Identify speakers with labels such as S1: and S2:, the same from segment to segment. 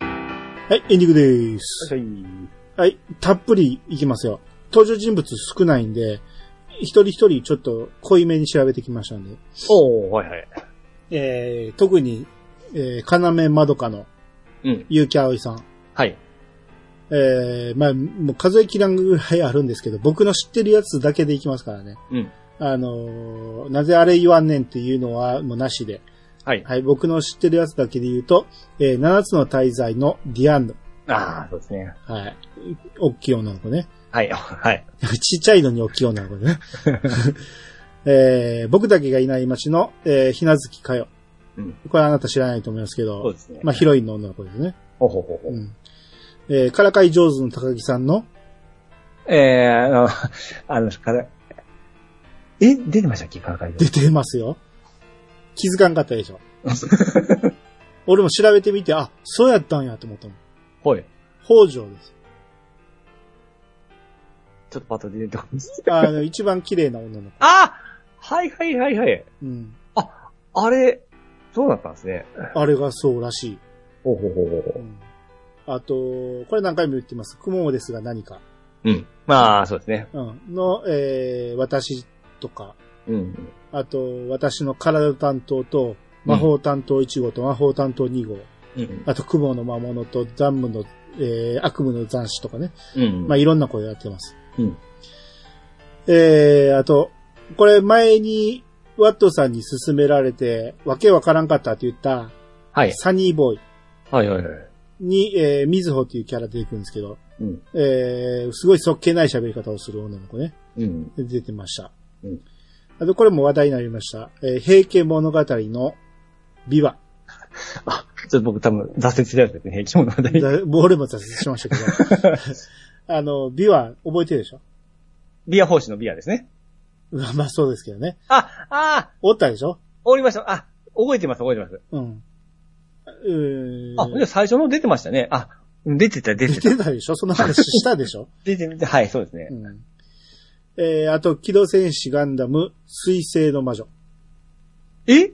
S1: はい、エンディングです。
S2: はい。
S1: はい、たっぷりいきますよ。登場人物少ないんで、一人一人ちょっと濃いめに調べてきましたんで、
S2: おー、はいはい。
S1: えー、特に、えー、かなめまどかの
S2: うん。
S1: 結城葵さん。
S2: はい。
S1: えー、まあ、もう数え切らんぐらいあるんですけど、僕の知ってるやつだけでいきますからね。
S2: うん。
S1: あのーなぜあれ言わんねんっていうのはもうなしで。
S2: はい。
S1: はい、僕の知ってるやつだけで言うと、えー、7つの大罪のディアンヌ。
S2: ああ、そうですね。
S1: はい。大きい女の子ね。
S2: はい。 はい。
S1: ちっちゃいのに大きい女の子ね。 えー、僕だけがいない街の、えー、ひなずきかよ。
S2: うん
S1: これあなた知らないと思いますけ
S2: そう
S1: ど、
S2: ですね。
S1: まあ、ヒロインの女の子ですね。
S2: ほうほうほうほう。
S1: うん。えー、からかい上手の高木さんの、
S2: えー、あの、あの、から、え、出てましたっけからかいで
S1: 出てますよ。気づかんかったでし ょ。俺も調べてみて、あ、そうやったんやと思ったもん。
S2: はい。
S1: 北条 です。
S2: ちょっとパッと出てこないです。
S1: あの、一番綺麗な女の子。
S2: あはいはいはいはい。
S1: うん。
S2: あれ、そうだったんですね。
S1: あれがそうらしい。
S2: ほうほうほうほ
S1: う
S2: う。
S1: ん。あと、これ何回も言ってます。雲ですが何か。
S2: うん。まあ、そうですね。
S1: うん。の、えー、私とか、
S2: うん。
S1: あと、私の体担当と、魔法担当1号と魔法担当2号、
S2: うん。
S1: あと、雲の魔物と残夢の、えー、悪夢の残死とかね。
S2: うん。
S1: まあ、いろんな声やってます。
S2: うん。
S1: えー、あと、これ前に、ワットさんに勧められて、わけわからんかったって言った、
S2: はい。
S1: サニーボーイ
S2: はいはいはい。
S1: に、えー、みずほっていうキャラ出てくるんですけど、
S2: うん。
S1: えー、すごいそっけない喋り方をする女の子ね。
S2: うん。
S1: 出てました。
S2: うん
S1: あと、これも話題になりました。えー、平家物語の、ビワ。
S2: あ、ちょっと僕多分挫折してたんですね。平気者の話 題。
S1: だもう俺も挫折しましたけど。 あの、ビワ、覚えてるでしょ
S2: ビア奉仕のビアですね。
S1: うわまあそうですけどね。
S2: あ、あー、
S1: おったでしょ
S2: おりました。あ、覚えてます、覚えてます。
S1: うん。うーん。
S2: あ、じゃあ最初の出てましたね。あ、出てた、出
S1: 出
S2: てた。
S1: てたでしょその話したでし ょ
S2: 出てた。はい、そうですね
S1: う。ん。えー、あと、機動戦士ガンダム、水星の魔女。
S2: え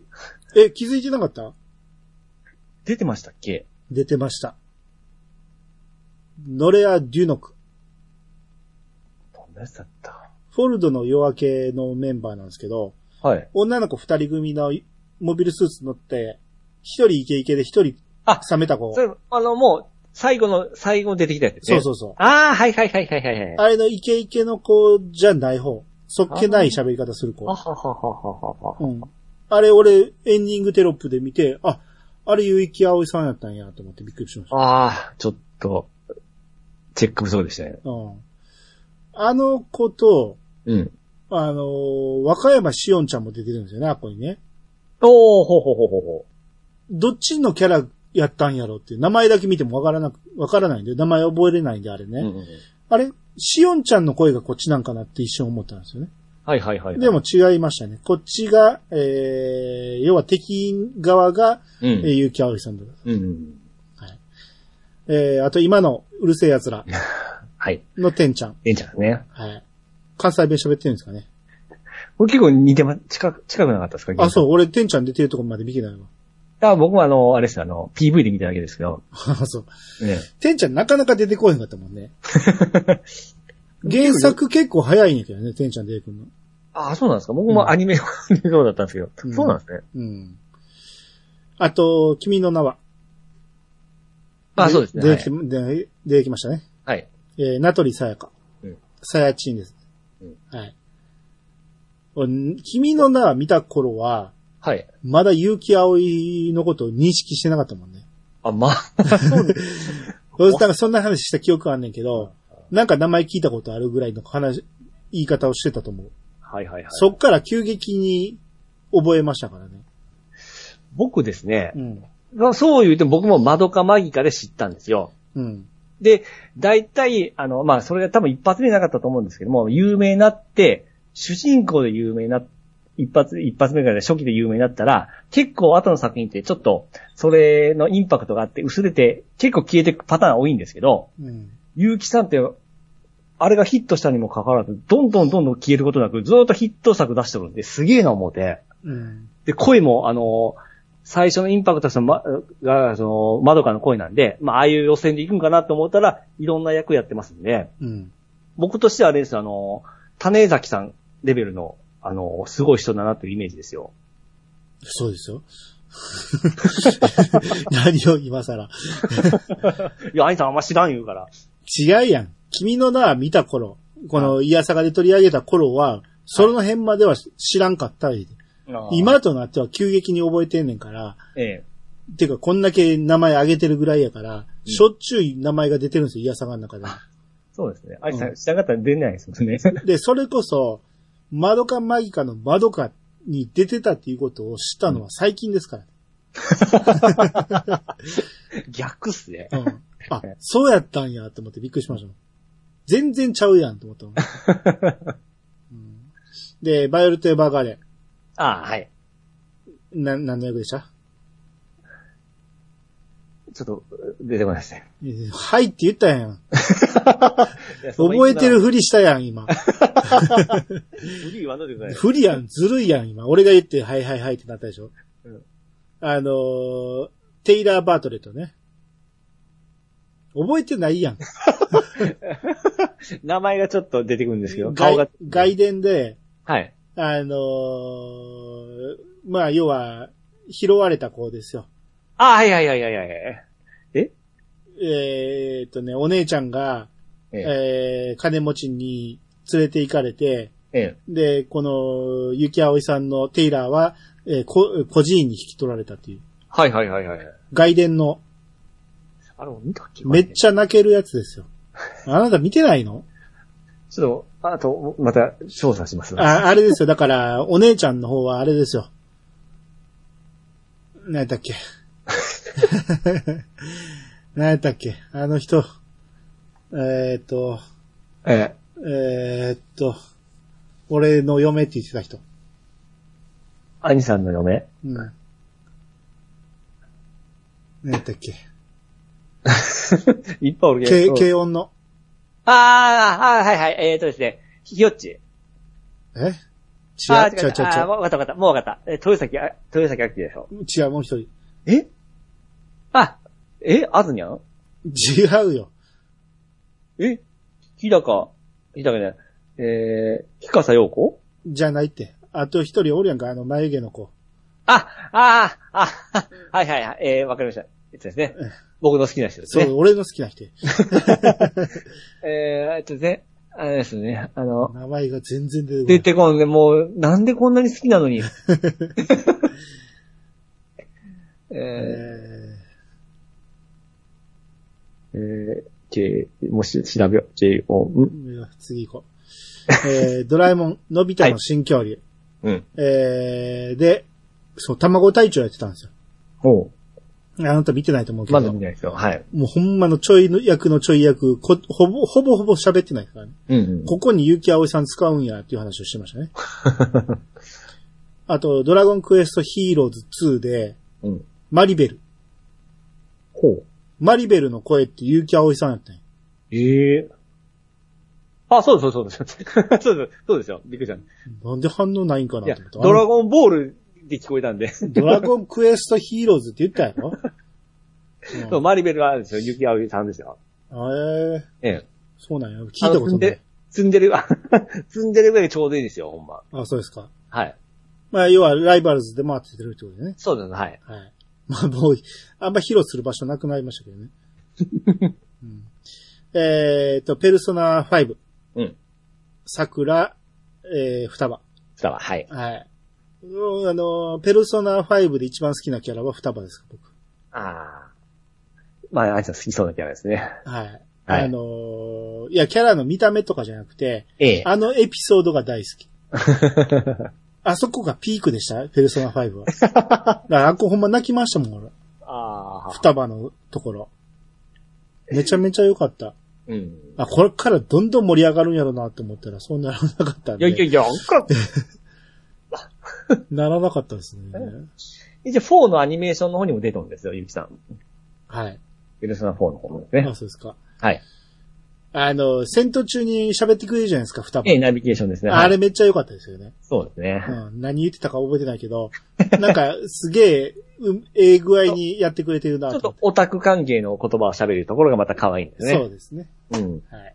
S1: え、気づいてなかった
S2: 出てましたっけ
S1: 出てました。ノレア・デュノク。
S2: どんなやつだった
S1: フォルドの夜明けのメンバーなんですけど、
S2: はい。
S1: 女の子二人組のモビルスーツ乗って、一人イケイケで一人
S2: あ
S1: 冷めた子。
S2: それ、あの、もう、最後の、最後出てきたやつです
S1: そ
S2: ね。
S1: うそうそう。
S2: ああ、はいはいはいはいはい。はい
S1: あれのイケイケの子じゃない方。そっけない喋り方する子。
S2: はははははは。
S1: うん。あれ、俺、エンディングテロップで見て、あ、あれ、結城葵さんやったんや、と思ってびっくりしました。
S2: ああ、ちょっと、チェック不足でしたね。
S1: うん。あの子と、
S2: うん。
S1: あのー和歌山しおんちゃんも出てるんですよね、あっこにね。
S2: おー、ほうほうほうほうほ
S1: どっちのキャラやったんやろって、名前だけ見てもわからなく、わからないんで、名前覚えれないんで、あれね。
S2: う。うんうんうん
S1: あれ、しおんちゃんの声がこっちなんかなって一瞬思ったんですよね。
S2: はいはいはいはい。
S1: でも、違いましたね。こっちが、えー、要は敵側が、
S2: うん。
S1: えー、ゆうきあおいさんだった。
S2: うん。
S1: えー、あと今のうるせえ奴ら
S2: はい。
S1: のてんちゃん。
S2: ええんちゃんですね。
S1: はい。関西弁喋ってるんですかね。
S2: これ結構似てます。近く、近くなかったですか
S1: あ、そう、
S2: う。
S1: 俺てんちゃん出てるとこまで見てないわ。
S2: あ僕もあの、あれですあの、PV で見ただけですけど。
S1: あそう。
S2: ね。
S1: てんちゃんなかなか出てこへんかったもんね。原作結構早いんやけどね、てんちゃん出てくるの。
S2: あ、そうなんですか僕もアニメ、 アニメそうだったんですけど。
S1: うん
S2: そうなんですね。
S1: うん。あと、君の名は。
S2: あ、そうですね。
S1: 出
S2: は
S1: て
S2: い
S1: き、で出てきましたね。
S2: はい。
S1: えー、名取さやか。
S2: うん
S1: さやちんです。
S2: うん
S1: はい。俺君の名は見た頃は、
S2: はい。
S1: まだ結城葵のことを認識してなかったもんね。
S2: あ、まあ、
S1: 俺なんかそんな話した記憶はあんねんけど、なんか名前聞いたことあるぐらいの話、言い方をしてたと思う。
S2: はいはいはい。
S1: そっから急激に覚えましたからね。
S2: 僕ですね
S1: う、ん。
S2: まあそう言うても僕もマドカマギカで知ったんですよ。
S1: うん。
S2: で、大体、あの、まあ、それが多分一発目なかったと思うんですけども、有名になって、主人公で有名にな、一発、一発目からいで初期で有名になったら、結構後の作品ってちょっと、それのインパクトがあって薄れて、結構消えていくパターン多いんですけど、
S1: うん。
S2: 結城さんって、あれがヒットしたにもかかわらず、どんどんどんどん消えることなく、ずーっとヒット作出してるんで、すげえな思うて。
S1: うん。
S2: で、声も、あの、最初のインパクトはその、ま、が、その、まどかの声なんで、まあ、ああいう予選で行くんかなと思ったら、いろんな役やってますんで、
S1: うん。
S2: 僕としてはあれですよ、あの、種崎さんレベルの、あの、すごい人だなというイメージですよ。
S1: そうです よ。 何を今更。
S2: いや、アイさんあんま知らん言うから。
S1: 違うやん。君の名は見た頃、このイヤサガで取り上げた頃は、その辺までは知らんかったわけで今となっては急激に覚えてんねんから、
S2: ええ。
S1: てかこんだけ名前上げてるぐらいやから、しょっちゅう名前が出てるんですよ、イヤサガの中で。
S2: そうですね。アイさ
S1: うん
S2: ん知らなかったら出ないですもんね。
S1: で、それこそ、マドカマギカのマドカに出てたっていうことを知ったのは最近ですから。
S2: 逆っすね。
S1: うん。あ、そうやったんやと思ってびっくりしましたもん。全然ちゃうやんと思 ったもん、うんで、バイオルト・エヴァーガーデ
S2: ああ、はい。
S1: ン。な、何の役でした
S2: ちょっと、出てこないですね。
S1: えーはいって言ったやん。覚えてるふりしたやん、今。
S2: フリーはなんでくださ
S1: ふりやん、ずるいやん、今。俺が言って、はいはいはいってなったでしょ。
S2: うん
S1: あのー、テイラー・バートレットね。覚えてないやん。
S2: い。名前がちょっと出てくるんですけど、顔が
S1: 外。外伝で、
S2: はい。
S1: あのーまあ、要は、拾われた子ですよ。
S2: ああ、はいはいはいはいはいはい。
S1: えーっとね、お姉ちゃんが、
S2: ええ。
S1: えー、金持ちに連れて行かれて、
S2: ええ。
S1: で、この、ゆきあおいさんのテイラーは、えー、こ、孤児院に引き取られたっていう。
S2: はいはいはいはい。
S1: 外伝の、
S2: あれ、見たっけ
S1: めっ
S2: ゃ。
S1: ちゃ泣けるやつですよ。あなた見てないの
S2: ちょっと、あと、また、調査します。
S1: あ、あれですよ。だから、お姉ちゃんの方はあれですよ。何やったっけ。何やったっけ。あの人。えーっと、
S2: ええ。
S1: えーっと、俺の嫁って言ってた人。
S2: 兄さんの嫁
S1: うん。何やったっけ。
S2: いっぱいおるけ
S1: け
S2: ど。
S1: 軽音の。
S2: ああ、ああはいはい。えっとですね、ひよっち。
S1: え違う
S2: ああ、
S1: 違う違
S2: ああ、わかったわかった。もうわかった。え、豊崎、あ豊崎あきでしょ。
S1: う違う。違う、もう一人。
S2: えあ、え、あずにゃん
S1: 違うよ。
S2: え日高、日高じゃない。えー、日笠陽子
S1: じゃないって。あと一人おるやんか、あの眉毛の子。
S2: あ、ああ、あ、はいはいはい。えー、わかりました。えっとですね
S1: うん。
S2: 僕の好きな人です
S1: そう、
S2: ね。
S1: 俺の好きな人。
S2: えー、えっとですね。あれですね。あの、
S1: 名前が全然出てこない
S2: 出てこんで、もう、なんでこんなに好きな のに。え
S1: え
S2: ー、えー、J、もし調べよう。J、O、ん
S1: ー次行こう。えー、ドラえもん、のび太の新恐竜。
S2: うん。
S1: えー、で、そう、卵隊長やってたんですよ。
S2: おう。
S1: あなた見てないと思うけど。
S2: まだ見ないですよ。はい。
S1: もうほんまのちょいの役のちょい役、こほぼ、ほぼほぼ喋ってないからね。
S2: うん、うん。
S1: ここに結城葵さん使うんやっていう話をしてました ね。あと、ドラゴンクエストヒーローズ2で、
S2: うん。
S1: マリベル。
S2: ほう。
S1: マリベルの声って結城葵さんやったんや。
S2: ええあ、そうです、そうです、そうです。 そうです、そうですよ。びっくりした。い
S1: なんで反応ないんかなと
S2: や
S1: 思った。、
S2: ドラゴンボールで聞こえたんで。
S1: ドラゴンクエストヒーローズって言ったやろ、
S2: そうう、マリベルはあるんですよ。雪葵さんですよ。
S1: ん、えー、
S2: ええ。
S1: そうなんや。聞いたことない。
S2: 積んでる、 積んでる上がちょうどいいですよ、ほんま。
S1: あそうですか。
S2: はい。
S1: まあ、要はライバルズでも当ててるってことでね。
S2: そうです、はい。
S1: はい。まあ、もう、あんま披露する場所なくなりましたけど ね。うん、えーと、ペルソナ5。
S2: うん。
S1: 桜、えー、双葉。
S2: 双葉、はい。
S1: はい。うんあのー、ペルソナ5で一番好きなキャラは双葉ですか、僕。
S2: ああ。まあ、あいつは好きそうなキャラですね。
S1: はい。
S2: はい
S1: あのーいや、キャラの見た目とかじゃなくて、
S2: ええ。
S1: あのエピソードが大好 き。あそこがピークでしたペルソナ5は。だ からあっこほんま泣きましたもん、俺。
S2: ああ。
S1: 双葉のところ。めちゃめちゃ良かった。
S2: うん。
S1: あ、これからどんどん盛り上がるんやろうなと思ったら、そうならなかったん
S2: いや
S1: で。
S2: いやいや、あんか
S1: ならなかったですね。
S2: 一応4のアニメーションの方にも出てるんですよ、ゆきさん。
S1: はい。
S2: ペルソナ4の方もです
S1: あ、
S2: ね。
S1: そうですか。
S2: はい。
S1: あの、戦闘中に喋ってくれるじゃないですか、双葉。
S2: ええ、ナビゲーションですね。はい
S1: あれめっちゃ良かったですよね。
S2: そうですね。
S1: うん、何言ってたか覚えてないけど、なんか、すげえ、うんええ具合にやってくれてるな
S2: ちょっとオタク関係の言葉を喋るところがまた可愛いんですね。
S1: そうですね。
S2: うん。
S1: はい。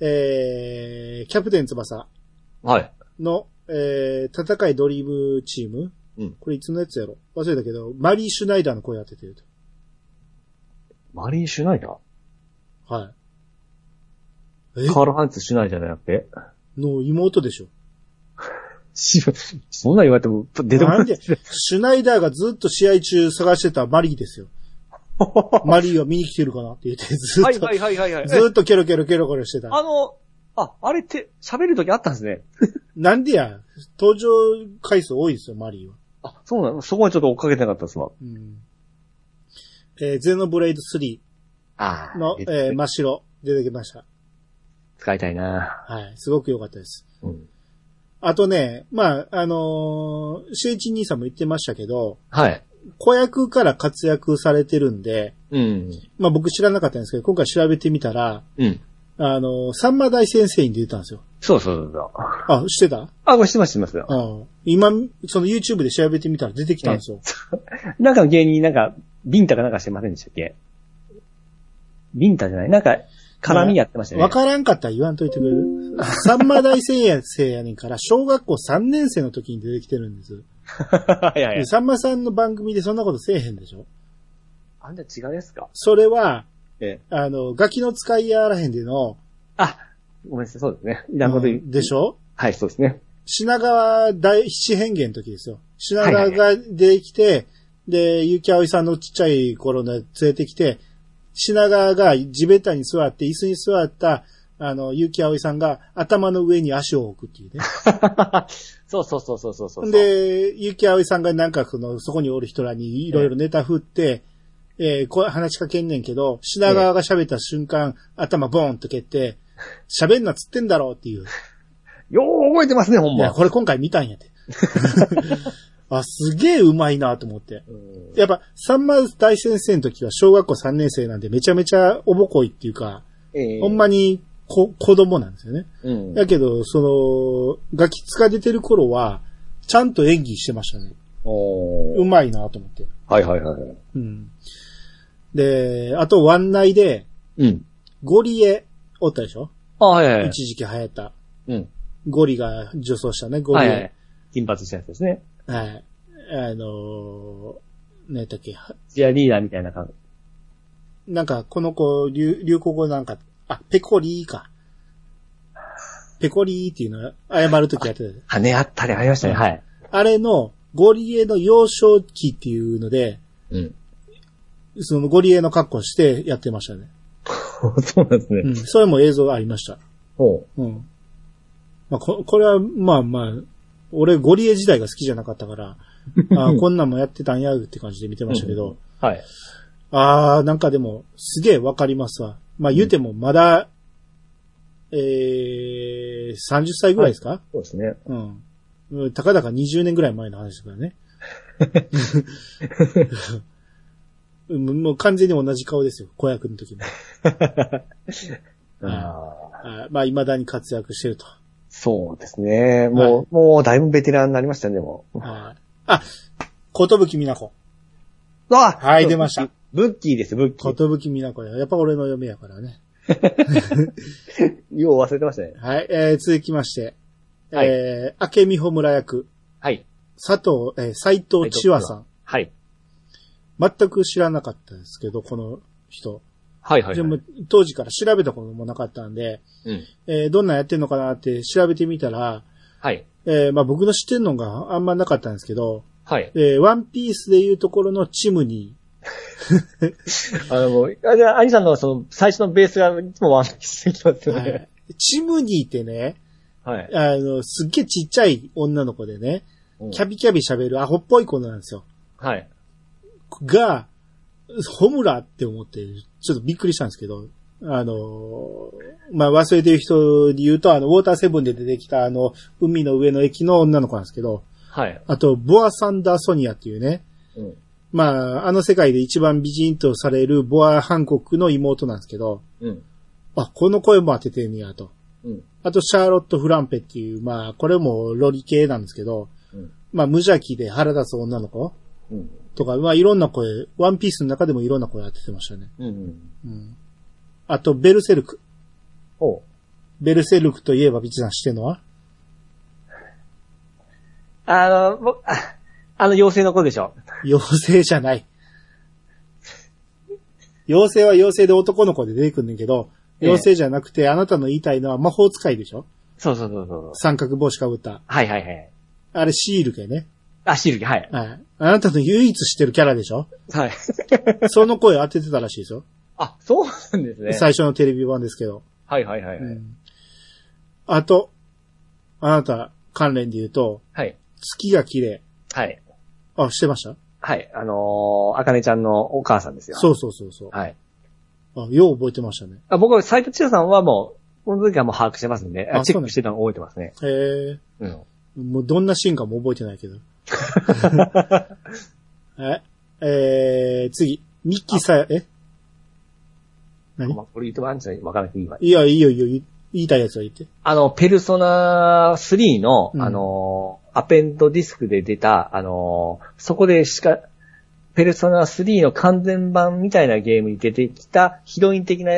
S1: えー、キャプテン翼
S2: はい。
S1: の、えー、戦いドリームチーム。
S2: うん
S1: これいつのやつやろ忘れたけど、マリー・シュナイダーの声当ててると。
S2: マリー・シュナイダー
S1: はい。え
S2: カール・ハンツ・シュナイダーじゃなくて
S1: の妹でしょ。
S2: しそんなん言われても、出てこ
S1: な
S2: なんい。
S1: で、シュナイダーがずっと試合中探してたマリーですよ。マリーは見に来てるかなって言って、ずっ
S2: はい
S1: と、
S2: はいはいはいはい。
S1: ずっとケロケロケロケロしてた。
S2: あの、あ、あれって、喋るときあったんですね。
S1: なんでや、登場回数多いですよ、マリーは。
S2: あ、そうなのそこはちょっと追っかけてなかったですわ。
S1: うん。えーゼノブレイド3
S2: ああ。
S1: の、えー真っ白、出てきました。
S2: 使いたいな
S1: はい。すごく良かったです。
S2: うん。
S1: あとね、まあ、あのー、シェイチ兄さんも言ってましたけど、
S2: はい。
S1: 子役から活躍されてるんで、
S2: うん。
S1: まあ、僕知らなかったんですけど、今回調べてみたら、
S2: うん。
S1: あの、さんま大先生に出てたんですよ。
S2: そうそうそうそう。
S1: あ、してた
S2: あ、これしてますしてますよ。
S1: うん。今、その YouTube で調べてみたら出てきたんですよ。
S2: なんかの芸人、なんか、ビンタかなんかしてませんでしたっけビンタじゃないなんか、絡みやってましたね。
S1: わからんかったら言わんといてくれるさんま大先生やねんから、小学校3年生の時に出てきてるんです。
S2: いやいや
S1: で。さんまさんの番組でそんなことせえへんでしょ
S2: あんた違うですか
S1: それは、
S2: ええ。
S1: あの、ガキの使いやあらへんでの、
S2: あ、ごめんなさい、そうですね。いらんこと言う。
S1: うんでしょ
S2: はい、そうですね。
S1: 品川大七変化の時ですよ。品川が出てきて、で、ゆきあおいさんのちっちゃい頃の連れてきて、品川が地べたに座って、椅子に座った、あの、ゆきあおいさんが頭の上に足を置くっていうね。
S2: そうそうそうそうそうそう。、
S1: で、ゆきあおいさんがなんかその、そこにおる人らにいろいろネタ振って、えーこう話しかけんねんけど、品川が喋った瞬間、頭ボーンと蹴って、喋んなっつってんだろうっていう。
S2: よう覚えてますね、ほん
S1: いや、
S2: ま。
S1: これ今回見たんやて。 あ、すげえうまいなと思って。
S2: うん
S1: やっぱ、サンマ大先生の時は小学校3年生なんでめちゃめちゃおぼこいっていうか、
S2: ええ
S1: ほんまにこ子供なんですよね。
S2: うん。
S1: だけど、その、ガキツカ出てる頃は、ちゃんと演技してましたね。
S2: お
S1: う
S2: ー
S1: まいなと思って。
S2: はいはいはい。
S1: うん。で、あと、ワンナイで、
S2: うん。
S1: ゴリエ、おったでしょ
S2: あ、はいはいはい。
S1: 一時期流行った。
S2: うん。
S1: ゴリが女装したね、ゴ
S2: は
S1: リ
S2: い
S1: エ。
S2: はい。金髪したやつですね。
S1: はい。あのー、ねだっけ、
S2: チアリーダーみたいな感じ。
S1: なんか、この子、流流行語なんか、あ、ペコリーか。ペコリーっていうの謝るときやってた。
S2: 羽あったりありましたね、
S1: うん
S2: はい。
S1: あれの、ゴリエの幼少期っていうので、
S2: うん。
S1: そのゴリエの格好してやってましたね。
S2: そうなんですね。
S1: うん。それも映像ありました。
S2: ほう。
S1: うん。まあ、こ、これは、まあまあ、俺ゴリエ時代が好きじゃなかったから、あーこんなんもやってたんやって感じで見てましたけど、
S2: はい。
S1: ああ、なんかでも、すげえわかりますわ。まあ言うても、まだ、えー、30歳ぐらいですか、
S2: そうですね。
S1: うんうん。たかだか20年ぐらい前の話ですからね。うんもう完全に同じ顔ですよ、子役の時も。ん
S2: あー
S1: あーまあ未だに活躍してると。
S2: そうですね。もう、もうだいぶベテランになりましたね、もう。
S1: あー、あことぶきみなこ。
S2: あ
S1: はい出ました。
S2: ブッキーです、ブッキ
S1: こ
S2: ー。
S1: とぶきみなこや。やっぱ俺の嫁やからね。
S2: よう忘れてましたね。
S1: はい、えー、続きまして。
S2: はい
S1: えー、明美穂村役、
S2: はい。
S1: 佐藤、えー、斎藤千和さん。
S2: はい。
S1: 全く知らなかったですけど、この人。
S2: はいはいはい。
S1: でも当時から調べたこともなかったんで、
S2: うん。
S1: えーどんなんやってんのかなって調べてみたら、
S2: はい。
S1: えーまあ僕の知ってんのがあんまなかったんですけど、
S2: はい。
S1: えーワンピースでいうところのチムニ
S2: あの、もう、あじゃあ、兄さんのその、最初のベースがいつもワンピースできます
S1: ー。
S2: よね。
S1: はい チムニーってね、
S2: はい。
S1: あの、すっげえちっちゃい女の子でね、
S2: うん
S1: キャビキャビ喋るアホっぽい子なんですよ。
S2: はい。
S1: が、ホムラって思って、ちょっとびっくりしたんですけど、あのー、まあ、忘れてる人に言うと、あの、ウォーターセブンで出てきた、あの、海の上の駅の女の子なんですけど、
S2: はい。
S1: あと、ボア・サンダー・ソニアっていうね、
S2: うん。
S1: まあ、あの世界で一番美人とされるボア・ハンコックの妹なんですけど、
S2: うん。
S1: あ、この声も当ててんねやと。
S2: うん。
S1: あと、シャーロット・フランペっていう、まあ、これもロリ系なんですけど、
S2: うん
S1: まあ、無邪気で腹立つ女の子。
S2: うん。
S1: とか、まあいろんな声、ワンピースの中でもいろんな声当ててましたね。
S2: うんうん。
S1: うん。あと、ベルセルク。
S2: おう
S1: ベルセルクといえば、ビッチさんしてんのは
S2: あの、僕、ああの妖精の子でしょ。
S1: 妖精じゃない。妖精は妖精で男の子で出てくんねんけど、
S2: ええ
S1: 妖精じゃなくて、あなたの言いたいのは魔法使いでしょ
S2: そうそうそうそう。
S1: 三角帽子かぶった。
S2: はいはいはい。
S1: あれシールケね。
S2: あ、シールキはい。
S1: はい。あなたの唯一知ってるキャラでしょ
S2: はい。
S1: その声当ててたらしいです よ。
S2: あ、そうなんですね。
S1: 最初のテレビ版ですけど。
S2: はいはいはいは
S1: う
S2: い。
S1: ん。あと、あなた関連で言うと、
S2: はい。
S1: 月が綺麗。
S2: はい。
S1: あ、してました
S2: はい。あのー、あかねちゃんのお母さんですよ。
S1: そうそうそうそう。
S2: はい。
S1: あ、よう覚えてましたね。
S2: あ僕は斎藤千代さんはもう、この時はもう把握してますんで、あ
S1: あ
S2: チェ
S1: そう
S2: ッ
S1: なん
S2: クしてたの覚えてますね。
S1: へえ。
S2: うん。
S1: もうどんなシーンかも覚えてない けど。え、えー、次。ミッキーさや、え何
S2: まあ、これ言ってもらうんじゃないわからなくていいわ。
S1: いや、いいよいいよ、言い言いたいやつは言って。
S2: あの、ペルソナ3の、
S1: うん
S2: あのー、アペンドディスクで出た、あのー、そこでしか、ペルソナ3の完全版みたいなゲームに出てきたヒロイン的な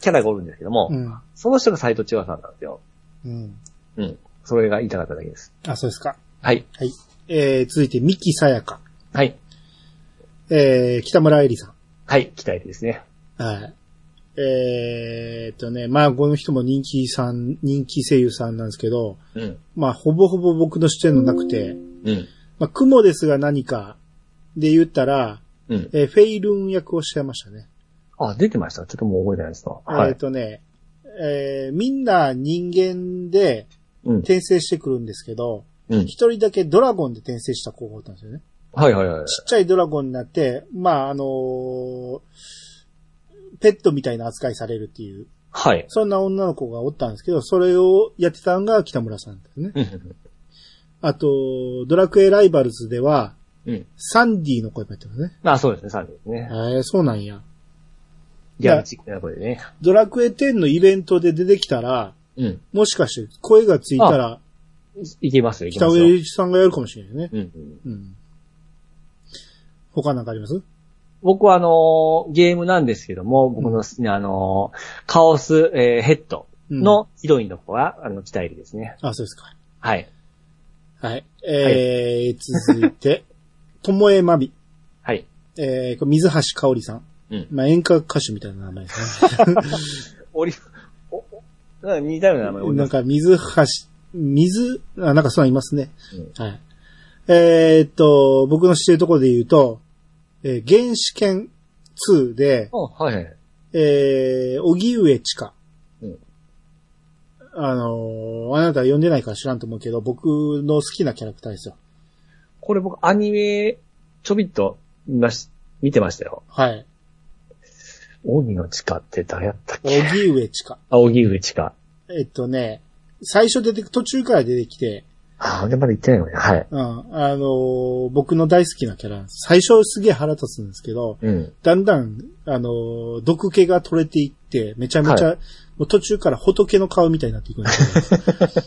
S2: キャラがおるんですけども、
S1: うん。
S2: その人が斎藤千代さんなんですよ。
S1: うん。
S2: うん。それが言いたかっただけです。
S1: あ、そうですか。
S2: はい。
S1: はい。えー、続いて、ミッキーさやか。
S2: はい。
S1: えー、北村えりさ
S2: はい。期待ですね。
S1: ん。はい。えーっとね、まあ、この人も人気さん、人気声優さんなんですけど、
S2: うん。
S1: まあ、ほぼほぼ僕の出演のなくて、
S2: うん。
S1: まあ、雲ですが何かで言ったら、
S2: うん。
S1: えーフェイルン役をしてましたね。
S2: あ、出てました。ちょっともう覚えてないですわ。は
S1: えっ、
S2: い。
S1: とね、えーみんな人間で
S2: うん。
S1: 転生してくるんですけど、
S2: うん。
S1: 一人だけドラゴンで転生した子がおったんですよね。
S2: はいはいはい。
S1: ちっちゃいドラゴンになって、まあ、あのーペットみたいな扱いされるっていう、
S2: はい。
S1: そんな女の子がおったんですけど、それをやってたのが北村さんですね。
S2: うん。
S1: あと、ドラクエライバルズでは、
S2: うん。
S1: サンディの声もやってますね。
S2: あ、そうですね。3人ですね。
S1: えー、そうなんや。
S2: ギャルチックな声でね。
S1: ドラクエ10のイベントで出てきたら、
S2: うん。
S1: もしかして声がついたら、
S2: いけますよ、いけ
S1: 北
S2: ます
S1: 上
S2: よ。
S1: 由一さんがやるかもしれないね。
S2: うんうん、
S1: うん。他なんかあります
S2: 僕はあのーゲームなんですけども、僕の好きなあのーカオス、えーヘッドのヒロインの子は、あの、北入りですね。
S1: あ、そうですか。
S2: はい。
S1: はい。えー、続い て、ともえまみ。
S2: はい。
S1: えー、これ水橋かおりさん。
S2: うん
S1: まあ、演歌歌手みたいな名前ですね。
S2: おり、お、おなんか似たような名前お り
S1: な
S2: ま
S1: ん
S2: す。
S1: か水橋、水、あ、なんかそうなんいますね。
S2: う
S1: はい。えーっと、僕の知ってるところで言うと、えー、原始圏2で、
S2: あ、はいはい。
S1: えー、小木上知香。
S2: うん
S1: あのーあなたは読んでないから知らんと思うけど、僕の好きなキャラクターですよ。
S2: これ僕アニメ、ちょびっと見まし、見てましたよ。
S1: はい。
S2: 鬼の地下って誰やったっ
S1: 小
S2: け
S1: 木上知香。
S2: あ、鬼上地下。
S1: えっとね、最初出てく、途中から出てきて、
S2: あ、俺まだ行ってないのね。はい。
S1: うん、あのー僕の大好きなキャラなんです。最初すげえ腹立つんですけど、
S2: うん。
S1: だんだん、あのー毒気が取れていって、めちゃめちゃ、
S2: は
S1: もう途中から仏の顔みたいになっていくんですよ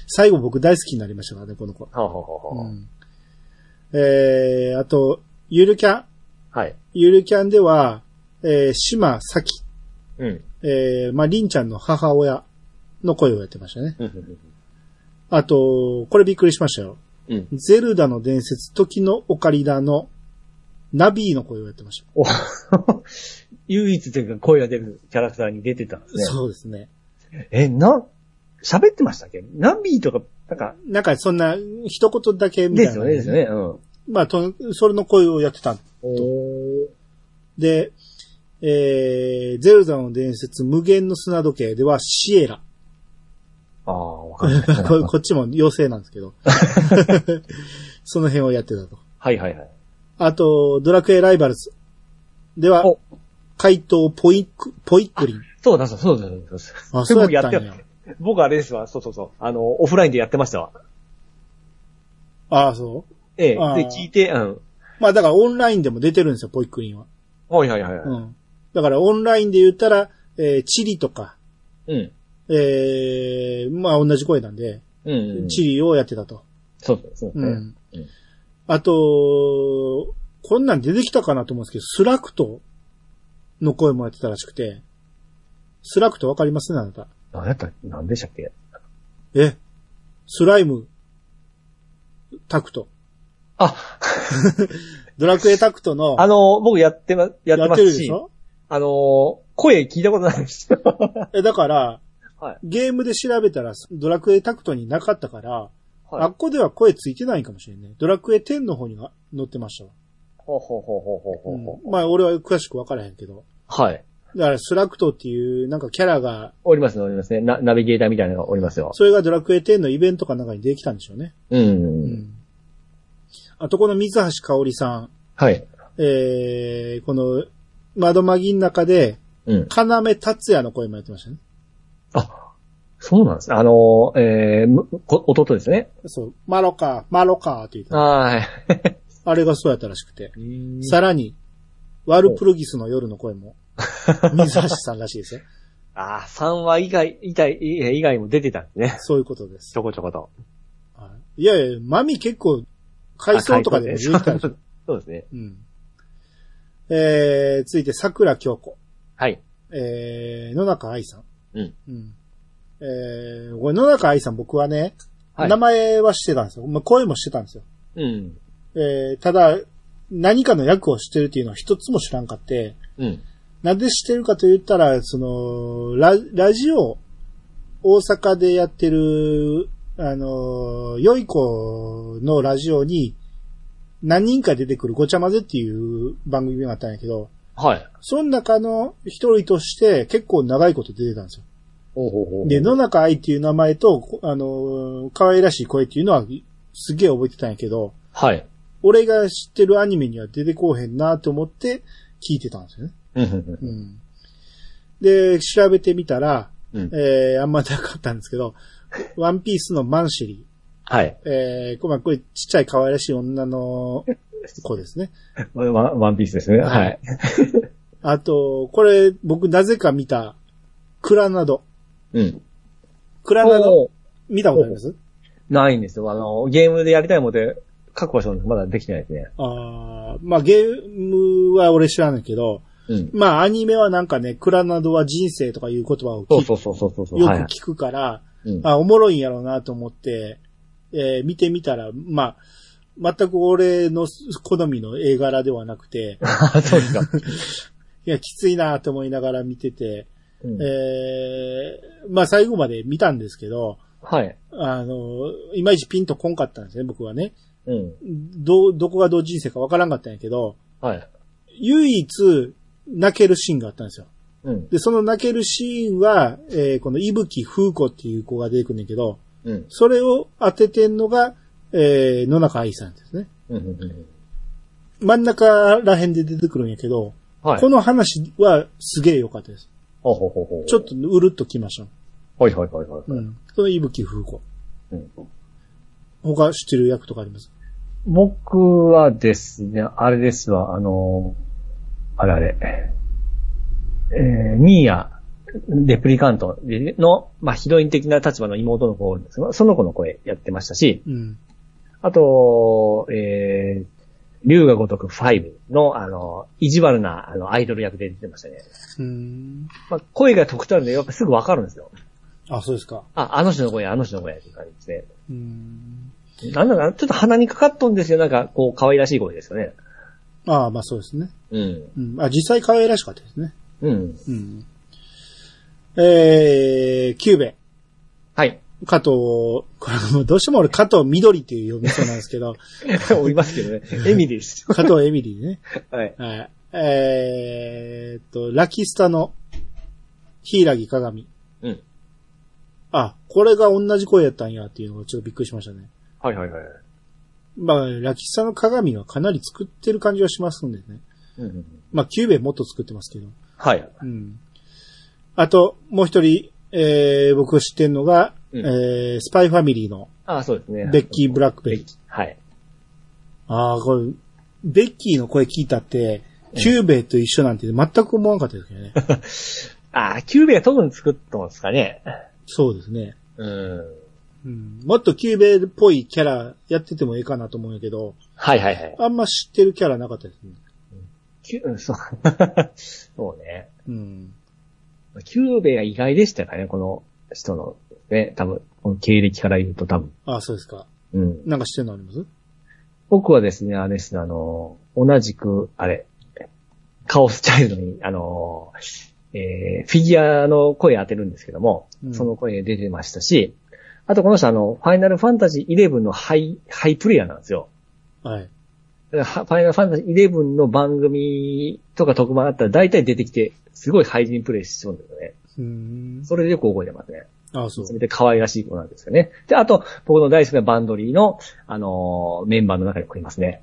S1: 最後僕大好きになりましたからね、この子。
S2: はあ、はあはあは
S1: うんえー、あと、ゆるキャン、
S2: あ、はい。
S1: ゆるキャンでは、えー、島咲、
S2: うん。
S1: えー、まあ、りんちゃんの母親の声をやってましたね。
S2: うんうん
S1: あと、これびっくりしましたよ。
S2: うん。うん。
S1: ゼルダの伝説、時のオカリナのナビーの声をやってました。
S2: お 唯一というか声が出るキャラクターに出てたんですね。
S1: そうですね。
S2: え、な、喋ってましたっけナビーとか、なんか、
S1: なんかそんな、一言だけみたい
S2: で
S1: な。
S2: すよね、ですよね。うん。
S1: まあ、と、それの声をやってたん
S2: お
S1: で、えー、ゼルダの伝説、無限の砂時計ではシエラ。
S2: ああ、わかんない。
S1: ここっちも妖精なんですけ ど。その辺をやってたと。
S2: はいはいはい。
S1: あと、ドラクエライバルズ。では
S2: お、
S1: 怪盗ポイク、ポイックリン。
S2: そうだ、そうだ、そうだ、そうだ。
S1: あ、そうやったん
S2: 僕
S1: や。
S2: て僕あれですわ、そうそうそう。あの、オフラインでやってましたわ。
S1: あそう。
S2: ええ。で
S1: あー、
S2: 聞いて、うん。
S1: まあだからオンラインでも出てるんですよ、ポイックリンは。
S2: はいはいはいうはい。
S1: ん。だからオンラインで言ったら、えーチリとか、
S2: うん。
S1: えー、まあ同じ声なんで、
S2: うん。うん
S1: チリをやってたと。
S2: そうです
S1: う
S2: ね。
S1: ん。あと、こんなん出てきたかなと思うんですけど、スラクトの声もやってたらしくて、スラクトわかりますね、あなた。
S2: 何やった何でしたっけ
S1: え、スライム、タクト。
S2: あ、
S1: ドラクエタクトの、
S2: あの、僕やってま、やってま
S1: やって
S2: す
S1: るで
S2: し
S1: し、ょ
S2: あの、声聞いたことないです。
S1: え、だから、
S2: はい
S1: ゲームで調べたら、ドラクエタクトになかったから、あ
S2: はい
S1: っこでは声ついてないかもしれんね。ドラクエ10の方には載ってましたわ。
S2: ほうほうほうほうほうほうほ
S1: うんまあ、俺は詳しくわからへんけど。
S2: う。はい。
S1: だから、スラクトっていう、なんかキャラが、
S2: おりますね、おりますね。な、ナビゲーターみたいなのがおりますよ。
S1: それがドラクエ10のイベントかなんかにできたんでしょうね。
S2: う。
S1: うんあと、この水橋かおりさん、
S2: はい。
S1: えー、この、窓まぎん中で、
S2: うん。
S1: 要達也の声もやってましたね。
S2: あ、そうなんですね。あの、えー、むこ弟ですね。
S1: そう、マロカー、マロカーって言ってた
S2: は
S1: あれがそうやったらしくて。
S2: い。
S1: さらに、ワルプルギスの夜の声も、水橋さんらしいですよ。
S2: ああ、3話以外、以外、以外も出てたんですね。
S1: そういうことです。
S2: ちょこちょこと。
S1: はいいやいや、マミ結構、回想とかでも言ったでしょ。
S2: そうですね。
S1: うん。えー、続いて、桜京子。
S2: はい。
S1: えー、野中愛さん。
S2: うん。
S1: うん。えー、これ野中愛さん僕はね、
S2: はい
S1: 名前はしてたんですよ。まあ、声もしてたんですよ。
S2: うん。
S1: えー、ただ、何かの役をしてるっていうのは一つも知らんかって、
S2: うん。
S1: なんでしてるかと言ったら、その、ララジオ、大阪でやってる、あの、良い子のラジオに、何人か出てくるごちゃ混ぜっていう番組があったんやけど、
S2: はい。
S1: その中の一人として結構長いこと出てたんですよ。
S2: おうほうほうほう
S1: で、野中愛っていう名前と、こあの、可愛らしい声っていうのはすげえ覚えてたんやけど、
S2: はい。
S1: 俺が知ってるアニメには出てこうへんなと思って聞いてたんですよね。
S2: うんうん
S1: うんで、調べてみたら、
S2: うん。
S1: えー、あんまなかったんですけど、ワンピースのマンシェリ
S2: はい。
S1: ー。えー、こまあこれちっちゃい可愛らしい女 の子ですね。
S2: ワンワンピースですね。はい。
S1: あと、これ僕なぜか見た、クラナド。
S2: うん。
S1: クラナド、見たことあります
S2: ないんですよ。あの、ゲームでやりたいもので、確保したのまだできてないですね。
S1: あーまあゲームは俺知らないけど、
S2: うん。
S1: まあアニメはなんかね、クラナドは人生とかいう言葉を
S2: そ
S1: 聞
S2: う
S1: い
S2: そうそうそうそうそう。
S1: よく
S2: はい。
S1: 聞くから、
S2: うん
S1: あ、おもろいんやろうなと思って、えー見てみたら、まあ、全く俺の好みの絵柄ではなく て、
S2: あそうですか。
S1: いや、きついなと思いながら見てて、
S2: うん
S1: えーまあ最後まで見たんですけど、
S2: はい。
S1: あの、いまいちピンとこんかったんですね、僕はね。
S2: うん。
S1: どう、どこがどう人生かわからんかったんやけど、
S2: はい。
S1: 唯一泣けるシーンがあったんですよ。
S2: うん。
S1: で、その泣けるシーンは、えーこの伊吹風子っていう子が出てくるんだけど、
S2: うん。
S1: それを当ててんのが、えー、野中愛さんですね。
S2: うんうんうん。
S1: 真ん中ら辺で出てくるんやけど、
S2: はい。
S1: この話はすげえ良かったです。
S2: ほうほうほうほう
S1: ちょっとうるっときました。
S2: はいはいはいはい。
S1: うん。その伊吹風子。
S2: うん
S1: 他知ってる役とかあります
S2: 僕はですね、あれですわ、あのー、あれあれ、えー、ニーヤ、レプリカントの、まあ、ヒロイン的な立場の妹の子ですが、その子の声やってましたし、
S1: うん。
S2: あと、えー、竜が如く5の、あの、意地悪な、あの、アイドル役で出てましたね。
S1: うーん。
S2: まあ、声が特徴あるんで、やっぱすぐわかるんですよ。
S1: あ、そうですか。
S2: あ、あの人の声、あの人の声っていう感じですね。
S1: うーん。
S2: なんだかな、ちょっと鼻にかかっとんですよ。なんか、こう、可愛らしい声ですよね。
S1: ああ、まあそうですね。
S2: うん。
S1: うん。あ、実際可愛らしかったですね。
S2: うん。
S1: うん。えー、キューベ。
S2: はい。
S1: 加藤、 これもうどうしても俺加藤緑っていう読みそうなんですけ ど、
S2: おりますけど ね。エミです。
S1: 加藤エミリーね。
S2: はい。
S1: はい。えーっと、ラキスタの、ヒイラギ鏡。
S2: うん。
S1: あ、これが同じ声やったんやっていうのがちょっとびっくりしましたね。
S2: はいはいはい。
S1: まあ、ラキスタの鏡はかなり作ってる感じはしますんでね。
S2: うん。
S1: まあ、キューベもっと作ってますけど。
S2: はい。
S1: うん。あと、もう一人、えー、僕知ってんのが、
S2: うん
S1: えー、スパイファミリーの
S2: ああ、そうですね。
S1: ベッキー・ブラックベリー。
S2: はい。
S1: ああ、これ、ベッキーの声聞いたって、キューベと一緒なんて全く思わんかったですけ どね。
S2: ああ、キューベが多分作ったんですかね。
S1: そうですね。
S2: うん。
S1: うんもっとキューベっぽいキャラやっててもいいかなと思うんやけど、
S2: はいはいはい。
S1: あんま知ってるキャラなかったですね。
S2: きゅうん そうそうね。
S1: うん。
S2: キューベが意外でしたからね、この人の、ね、多分、この経歴から言うと多分。
S1: あそうですか。
S2: うん。
S1: なんか知ってるのあります
S2: 僕はですね、あれですね、あの、同じく、あれ、カオスチャイルドに、あの、えー、フィギュアの声当てるんですけども、
S1: うん
S2: その声出てましたし、あとこの人あの、ファイナルファンタジー11のハイ、ハイプレイヤーなんですよ。
S1: はい。
S2: だからファイナルファンタジー11の番組とか特番あったら大体出てきて、すごい廃人プレイしちゃうんですよね。
S1: うーん。
S2: それでよく覚えてますね。
S1: あそう
S2: そ。れで可愛らしい子なんですよね。で、あと、僕の大好きなバンドリーの、あのーメンバーの中に来いますね。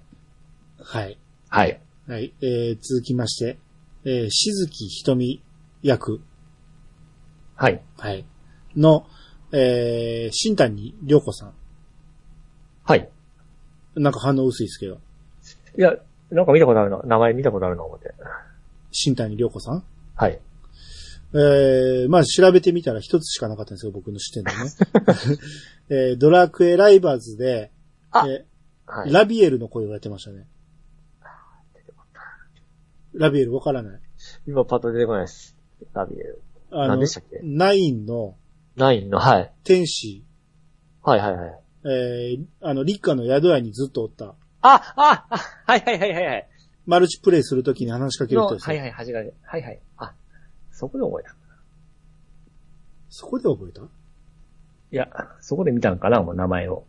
S1: はい。
S2: はい。
S1: はい。えー、続きまして、えー、しずきひとみ役、
S2: はい。
S1: はい。の、えー、新谷涼子さ
S2: はい。
S1: ん。なんか反応薄いですけど。
S2: いや、なんか見たことあるな。名前見たことあるな、思って。
S1: 新谷涼子さん
S2: はい。
S1: えー、まあ調べてみたら一つしかなかったんですよ、僕の視点で ね。 えー、ドラクエライバーズで、
S2: あ
S1: え
S2: は
S1: ー
S2: い。
S1: ラビエルの声をやってましたね。ラビエルわからない。
S2: 今パッと出てこないです。ラビエル。
S1: あ
S2: 何
S1: の
S2: でしたっけ、
S1: ナインの
S2: ナインの、はい。
S1: 天使、
S2: はいはいはい。
S1: えー、あの、立花の宿屋にずっとおった、
S2: あ、あ、あ、はいはいはいはいはい。
S1: マルチプレイするときに話しかける
S2: の
S1: 人です
S2: は
S1: よ、
S2: いはい、端がね。はいはい。あ、そこで覚えた。
S1: そこで覚えた
S2: いや、そこで見たんかな、もう名前を。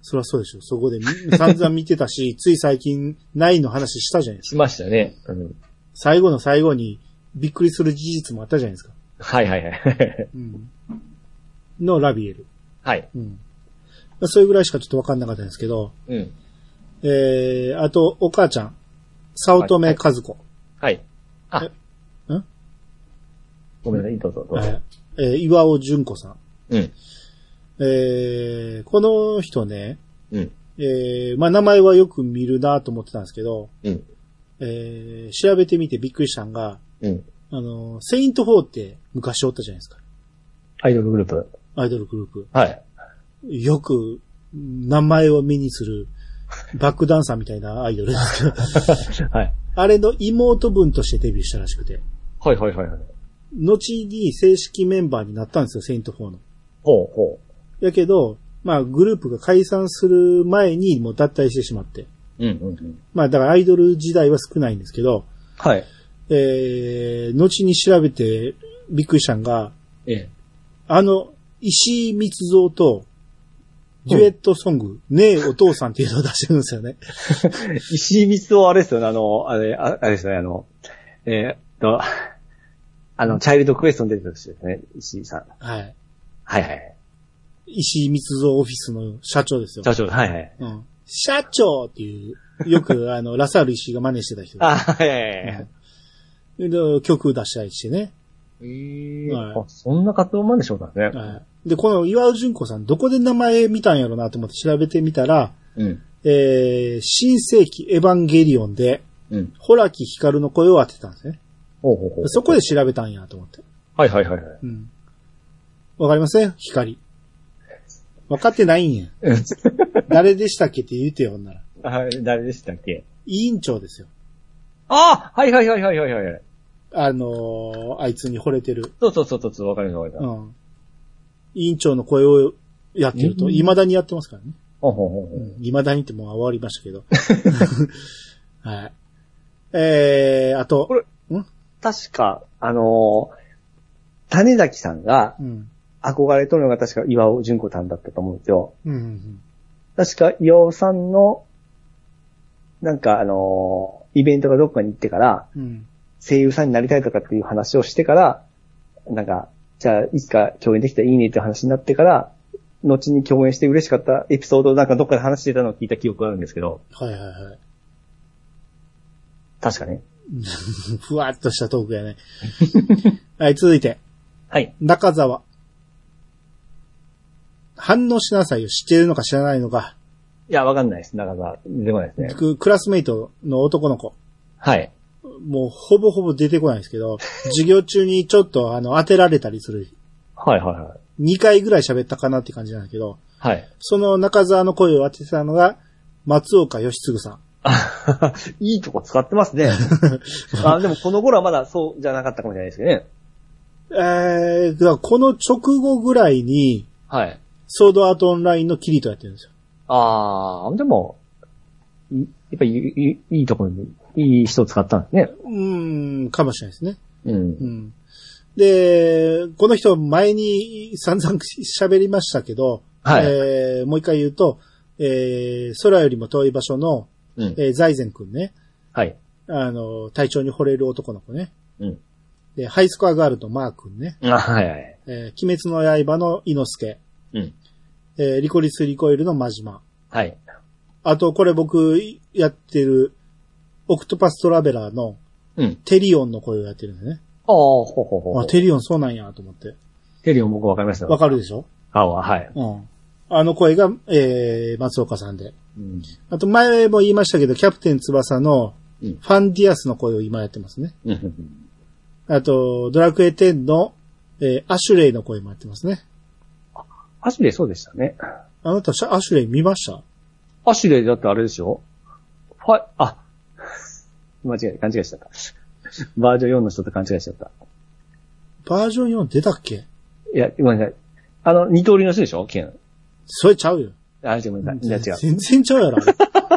S1: そりゃそうでしょ。そこでみ散々見てた し、つい最近、ナインの話したじゃないですか。
S2: しましたね。うん。
S1: 最後の最後に、びっくりする事実もあったじゃないですか。
S2: はいはいはい。
S1: うん。のラビエル。
S2: はい。
S1: うん。まあそれぐらいしかちょっとわかんなかったんですけど、
S2: うん。
S1: えー、あと、お母ちゃん、早乙女和子。
S2: はい。あ、
S1: えん
S2: ごめんなさい、どうぞどうぞ。
S1: えー、岩尾純子さん。
S2: うん。
S1: えー、この人ね、
S2: うん。
S1: えー、まあ、名前はよく見るなと思ってたんですけど、
S2: うん。
S1: えー、調べてみてびっくりしたんが、
S2: うん。
S1: あの、セイント4って昔おったじゃないですか。
S2: アイドルグループ。
S1: アイドルグループ。
S2: はい。
S1: よく、名前を目にする、バックダンサーみたいなアイドル ですけど、
S2: はい。
S1: あれの妹分としてデビューしたらしくて、
S2: はいはいはいはい。
S1: 後に正式メンバーになったんですよ、セイント4の。
S2: ほうほ
S1: やけど、まあ、グループが解散する前にもう脱退してしまって、
S2: う。うんうんうん。
S1: まあ、だからアイドル時代は少ないんですけど、
S2: はい。
S1: えー、後に調べてびっくりしたんが、
S2: ええ。
S1: あの、石井光蔵と、デュエットソング、ねえお父さんっていうのを出してるんですよね。
S2: 石井光雄あれですよね、あの、あれ、ああれですよね、あの、えーっと、 あの、チャイルドクエストに出てた人ですね、石井さん。
S1: はい。
S2: はいはい。
S1: 石井光蔵オフィスの社長ですよ。
S2: 社長、はいはい。
S1: うん。社長っていう、よく あの、ラサール石井が真似してた人。
S2: あ、はいはいはい。
S1: うんで、曲出したりしてね。
S2: えー
S1: はい
S2: あ、そんな活動までしょうだね。
S1: はい。で、この岩尾純子さん、どこで名前見たんやろなと思って調べてみたら、
S2: うん。
S1: えー、新世紀エヴァンゲリオンで、
S2: うん。
S1: ホラキヒカルの声を当てたんですね。
S2: ほうほうほう。
S1: そこで調べたんやと思って。
S2: はいはいはいはい。
S1: うん。わかりません光。わかってない んや。誰でしたっけって言うてよ、ほんなら。
S2: あ誰でしたっけ
S1: 委員長ですよ。
S2: あはいはいはいはいはいはい。
S1: あのーあいつに惚れてる。
S2: そうそうそうそう、わかりましたわかりま
S1: う
S2: した。
S1: ん。委員長の声をやってると、
S2: うん
S1: 未だにやってますからね。
S2: ほうほうほうほ
S1: う、
S2: うん
S1: 未だにってもう終わりました けど。はい。えー、あと
S2: こ、れ確か、あのー種崎さんが
S1: うん。
S2: 憧れとるのが確か岩尾純子さんだったと思うんですよ。
S1: うんうんうん。
S2: 確か岩尾さんの、なんかあのーイベントがどっかに行ってから、
S1: うん。
S2: 声優さんになりたいとかっていう話をしてから、なんか、じゃあ、いつか共演できたらいいねっていう話になってから、後に共演して嬉しかったエピソードをなんかどっかで話してたのを聞いた記憶があるんですけど、
S1: はいはいはい。
S2: 確かね。
S1: ふわっとしたトークやね。 はい、続いて、
S2: はい。
S1: 中沢。反応しなさいよ。知ってるのか知らないのか。
S2: いや、わかんないです。中澤、出てこないですね。
S1: くクラスメイトの男の子。
S2: はい。
S1: もうほぼほぼ出てこないですけど、授業中にちょっとあの当てられたりする。
S2: はいはいはい。
S1: 2回ぐらい喋ったかなって感じなんだけど、
S2: はい。
S1: その中沢の声を当ててたのが、松岡義嗣さん。
S2: あ いいとこ使ってます ね。あでもこの頃はまだそうじゃなかったかもしれないですけどね。
S1: えー、だからこの直後ぐらいに、
S2: はい。
S1: ソードアートオンラインのキリトやってるんですよ。
S2: あー、でも、いやっぱりいいいいところに、いい人を使ったんですね。
S1: うーん、かもしれないですね。
S2: うん。
S1: うん。で、この人前に散々喋りましたけど、
S2: はい
S1: えーもう一回言うと、えー空よりも遠い場所の、
S2: うん。
S1: えー財前くんね、
S2: はい。
S1: あの、体調に惚れる男の子ね。
S2: うん。
S1: で、ハイスコアガールとマー君ね。
S2: あはいはい。
S1: えー鬼滅の刃の猪之助。
S2: うん。
S1: えーリコリスリコイルのマジマ。
S2: はい。
S1: あと、これ僕やってる、オクトパストラベラーの
S2: うん。
S1: テリオンの声をやってるんだね。
S2: あー、ほうほうほうほ
S1: あ、
S2: う。
S1: テリオンそうなんやと思って。
S2: テリオン僕わかりましたよ。
S1: わかるでしょ
S2: 顔は、はい。
S1: うん。あの声が、えー、松岡さんで。
S2: うん。
S1: あと前も言いましたけど、キャプテン翼の
S2: うん
S1: ファンディアスの声を今やってますね。
S2: うん
S1: あと、ドラクエ10の、えー、アシュレイの声もやってますね。
S2: アシュレイそうでしたね。
S1: あなた、シャアシュレイ見ました
S2: アシュレイだってあれでしょファイ、あ、 間違え、勘違いしちゃった。バージョン4の人と勘違いしちゃった。
S1: バージョン4出たっけ
S2: いや、ごめんなさい。あの、二刀流の人でしょケン。
S1: それちゃうよ。
S2: あ、ごめんなさい。いや、違う。
S1: 全然ちゃうやろ。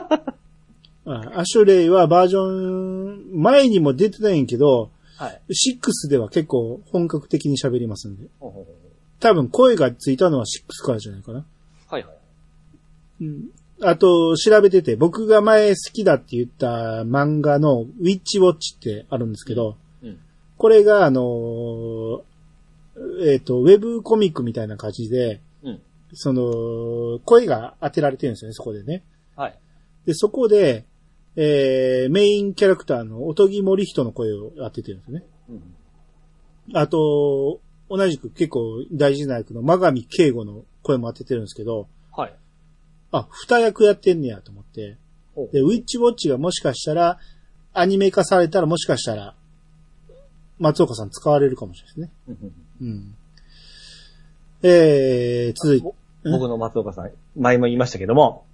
S1: あアシュレイはバージョン、前にも出てないんやけど、
S2: はい。
S1: 6では結構本格的に喋りますんで。多分声がついたのは6からじゃないかな。
S2: はいは
S1: う
S2: い。
S1: ん。あと、調べてて、僕が前好きだって言った漫画のウィッチウォッチってあるんですけど、
S2: うん。
S1: これが、あのーえっ、と、ウェブコミックみたいな感じで、
S2: うん。
S1: その、声が当てられてるんですよね、そこでね。
S2: はい。
S1: で、そこで、えー、メインキャラクターのおとぎ森人の声を当ててるんですね。
S2: うん。
S1: あと、同じく結構大事な役の真上慶吾の声も当ててるんですけど、
S2: はい。
S1: あ、二役やってんねやと思って。
S2: お
S1: で、ウィッチウォッチがもしかしたら、アニメ化されたらもしかしたら、松岡さん使われるかもしれないですね。うん。えー、続いて、
S2: 僕の松岡さん、前も言いましたけども、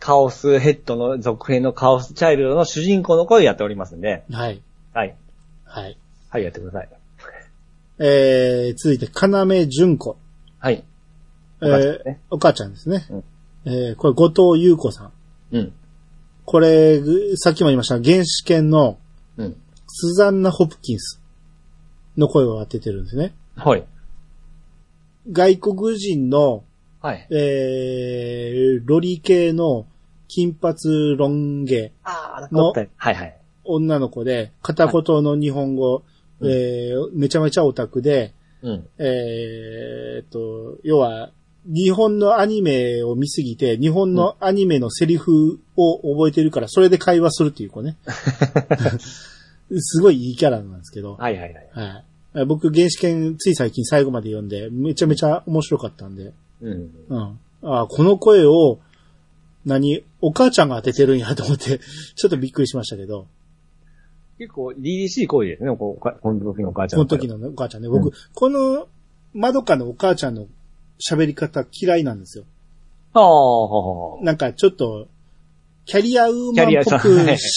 S2: カオスヘッドの続編のカオスチャイルドの主人公の声をやっておりますんで、
S1: はい、
S2: はい。
S1: はい。
S2: はい、やってください。
S1: えー、続いて、かなめじゅんこ。
S2: はい。
S1: え
S2: お母ちゃんね
S1: ーお母ちゃんですね。
S2: うん
S1: えー、これ、後藤優子さん。
S2: うん。
S1: これ、ぐさっきも言いましたが、原始圏の
S2: うん。
S1: スザンナ・ホプキンスの声を当ててるんですね。
S2: はい。
S1: 外国人の
S2: はい。
S1: えー、ロリ系の金髪ロン毛
S2: ああ、なん
S1: かおった
S2: はいはい。
S1: 女の子で、片言の日本語、
S2: うん
S1: えー、めちゃめちゃオタクで、
S2: うん。
S1: えーっと、要は、日本のアニメを見すぎて、日本のアニメのセリフを覚えてるから、それで会話するっていう 子ね。すごいいいキャラなんですけど、
S2: はいはいはい。
S1: はい。僕、原始圏つい最近最後まで読んで、めちゃめちゃ面白かったんで、
S2: うん。
S1: うん。あこの声を、何、お母ちゃんが当ててるんやと思って、 ちょっとびっくりしましたけど、
S2: 結構 DDC 行為ですね、こうここの時のお母ちゃ
S1: こ
S2: ん
S1: の時のねお母ちゃんね、僕、
S2: うん
S1: この、まどかのお母ちゃんの喋り方嫌いなんですよ。
S2: ああ、ほうほうほ
S1: なんかちょっと、キャリアウーマ
S2: キャリ
S1: ン
S2: ア
S1: っぽ
S2: さん
S1: く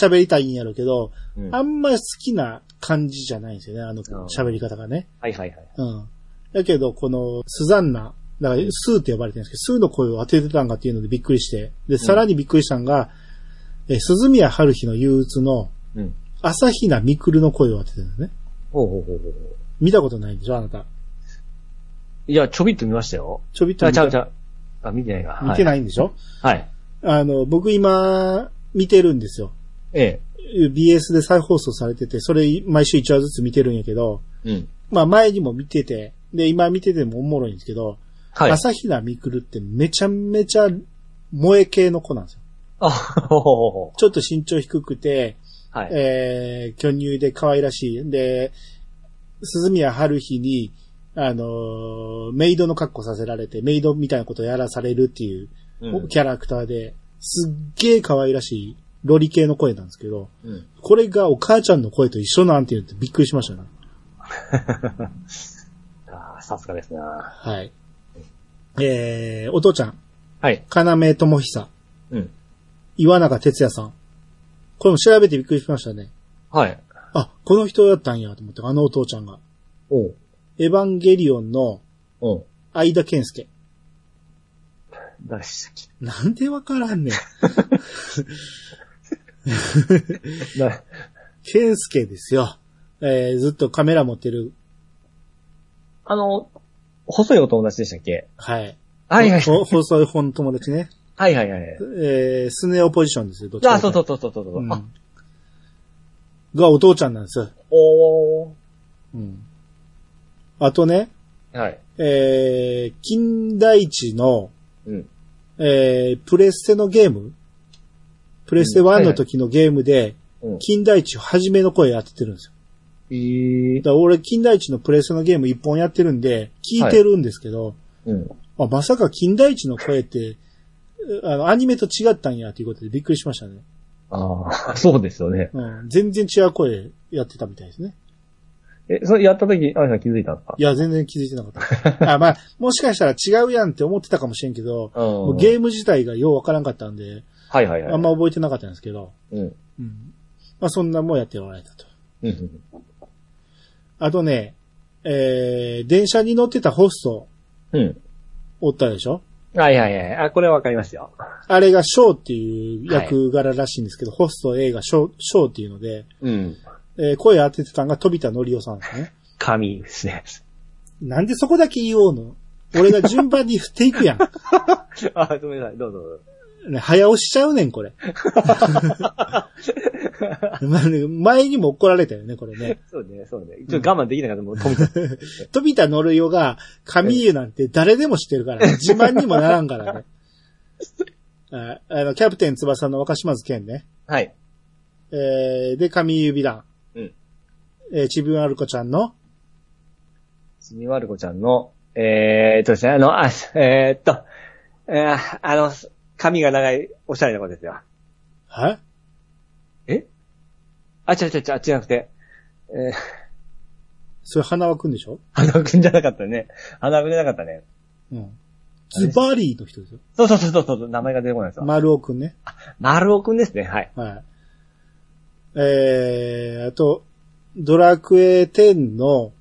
S1: 喋りたいんやろうけど、
S2: ううん
S1: あ
S2: はい
S1: んま好きな感じじゃないんですよね、あの喋り方がね。
S2: はいはい。
S1: うん。だけど、この、スザンナ、だから、スーって呼ばれてるんですけど、スーの声を当ててたんかっていうのでびっくりして、で、さらにびっくりしたのが、え、鈴宮春日の憂鬱の、
S2: うん。
S1: 朝比奈みくるの声を当ててるのね。
S2: ほうほうほうほう。
S1: 見たことないんでしょ、あなた。
S2: いや、ちょびっと見ましたよ。
S1: ちょびっと
S2: あ、
S1: 見
S2: ちゃ
S1: た
S2: うちゃう。あ、見てないな。
S1: 見て
S2: い。
S1: ないんでしょ、
S2: はい。
S1: あの、僕今、見てるんですよ。
S2: え
S1: BS で再放送されてて、それ毎週1話ずつ見てるんやけど、
S2: え。うん。
S1: まあ前にも見てて、で、今見ててもおもろいんですけど、
S2: はい。
S1: 朝比奈みくるってめちゃめちゃ萌え系の子なんですよ。
S2: あ、ほうほうほうほ
S1: ちょっと身長低くて、
S2: う。はい。
S1: えー、巨乳で可愛らしい。で、鈴宮春日に、あのーメイドの格好させられて、メイドみたいなことをやらされるっていう
S2: うん
S1: キャラクターで、すっげー可愛らしいロリ系の声なんですけど、
S2: うん。
S1: これがお母ちゃんの声と一緒なんていうのってびっくりしましたね。
S2: あーさすがですな。
S1: はい。えー、お父ちゃん、
S2: はい。
S1: 金目智久。
S2: うん。
S1: 岩中哲也さん。これも調べてびっくりしましたね。
S2: はい。
S1: あ、この人だったんやと思って、あのお父ちゃんが。
S2: おう。
S1: エヴァンゲリオンの
S2: おう。
S1: 相田健介。
S2: 誰でしたっ
S1: なんでわから んねん。
S2: けな
S1: 健介ですよ。えー、ずっとカメラ持ってる。
S2: あの、細いお友達でしたっけ
S1: はい。
S2: はいはい。
S1: ほ細い本友達ね。
S2: はいはいはい。
S1: えー、スネオポジションですよ、どっちか
S2: あ、
S1: と
S2: そ
S1: いうと
S2: そうそうそうそうそう。
S1: うん
S2: あ、
S1: がお父ちゃんなんです。
S2: おー。
S1: うん。あとね、
S2: はい。
S1: えー、金田一の、
S2: うん。
S1: えー、プレステのゲームプレステ
S2: うんは
S1: 1
S2: いはい
S1: の時のゲームで、
S2: うん。
S1: 金田一はじめの声やっててるんですよ。
S2: えー
S1: だ。から俺、金田一のプレステのゲーム一本やってるんで、聞いてるんですけど、
S2: うん。
S1: あ、まさか金田一の声って、うあの、アニメと違ったんや、ということでびっくりしましたね。
S2: ああ、そうですよね。
S1: うん。全然違う声やってたみたいですね。
S2: え、それやった時に、あいさん気づいたんですか
S1: いや、全然気づいてなか った。あ、まあ、もしかしたら違うやんって思ってたかもしれんけど、も
S2: う。
S1: うんゲーム自体がようわからんかったんで、
S2: はいはいはい。
S1: あんま覚えてなかったんですけど、
S2: うん。
S1: うん。まあ、そんなもんやっておられたと。
S2: うんうん。
S1: あとね、えー、電車に乗ってたホスト、
S2: うん。
S1: おったでしょ
S2: はいはいはい。あ、これわかりますよ。
S1: あれがショーっていう役柄らしいんですけど、ホスト映画ショー、ショーっていうので、
S2: うん。
S1: えー声当ててたんが飛田のりおさんです ね。
S2: 神ですね。
S1: なんでそこだけ言おうの俺が順番に振っていくやん。
S2: あ、ごめんなさい。どうぞどうぞ。
S1: ね早押しちゃうねん、これ。 まあね前にも怒られたよね、これね。
S2: そうね、そうね。ちょっと我慢できなかった。もう、富田。
S1: 飛田のるよが、神湯なんて誰でも知ってるから、自慢にもならんからね。 ああの、キャプテン翼の若島津健ね。
S2: はい。
S1: えー、で、神指団。
S2: うん。
S1: えー、ちびまる子ちゃんの、
S2: ちみまる子ちゃんの、えーっとですね、あの、あ、えーっと、えー、あの、髪が長い、おしゃれな子ですよ。
S1: は
S2: あ、違う違う違う、違なくて。 えー、
S1: それ花輪くんでしょ
S2: 花くんじゃなかったね。花くんじゃなかったね。
S1: うん。ズバリーの人ですよ。
S2: そうそうそうそうそう、名前が出てこないですよ。
S1: 丸尾くんね。
S2: 丸尾くんですね、はい。
S1: はい。えー、あと、ドラクエ10の、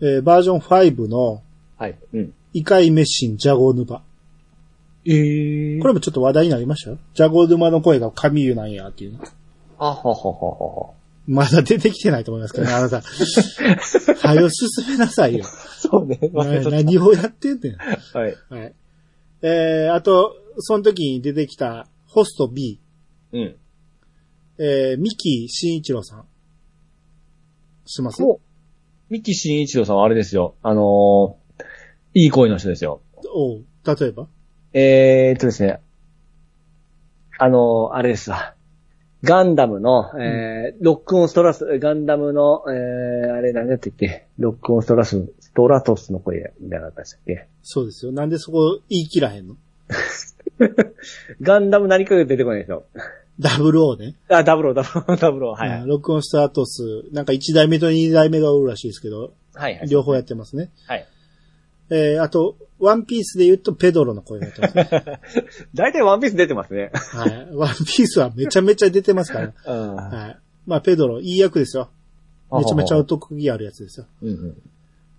S1: えーバージョン5の、
S2: はい。うん。
S1: 異界メッシン、ジャゴヌバ。
S2: えー
S1: これもちょっと話題になりましたよ。ジャゴヌバの声が神湯なんや、っていうね。
S2: あはははは。
S1: まだ出てきてないと思いますけどね、あなた。はよ進めなさいよ。
S2: そうね。
S1: な何をやってんねん。
S2: はい。
S1: はい。えー、あと、その時に出てきた、ホスト B、
S2: うん。
S1: えー、ミキ慎一郎さん。します
S2: お三木慎一郎さんはあれですよ。あのー、いい声の人ですよ。
S1: おう例えば
S2: えーっとですね。あのー、あれですわ。ガンダムの、えー、ロックオンストラス、ガンダムの、えー、あれ何だったっけロックオンストラス、ストラトスの声みたいなのあったでしたっけ
S1: そうですよ。なんでそこ言い切らへんの
S2: ガンダム何か出てこないですよ。
S1: ダブルオーね。
S2: あ、ダブロー、ダブロー、ダブロー、はい。は
S1: う
S2: い
S1: ん録音した後す、なんか1代目と2代目がおるらしいですけど、
S2: はい、はい。
S1: 両方やってますね。
S2: はい。
S1: えー、あと、ワンピースで言うとペドロの声がやってます ね。
S2: 大体ワンピース出てますね。
S1: はい。ワンピースはめちゃめちゃ出てますから。
S2: うん。め
S1: はい。まあ、ペドロ、いい役ですよ。めちゃめちゃ。特技あるやつですよ。
S2: うんうん。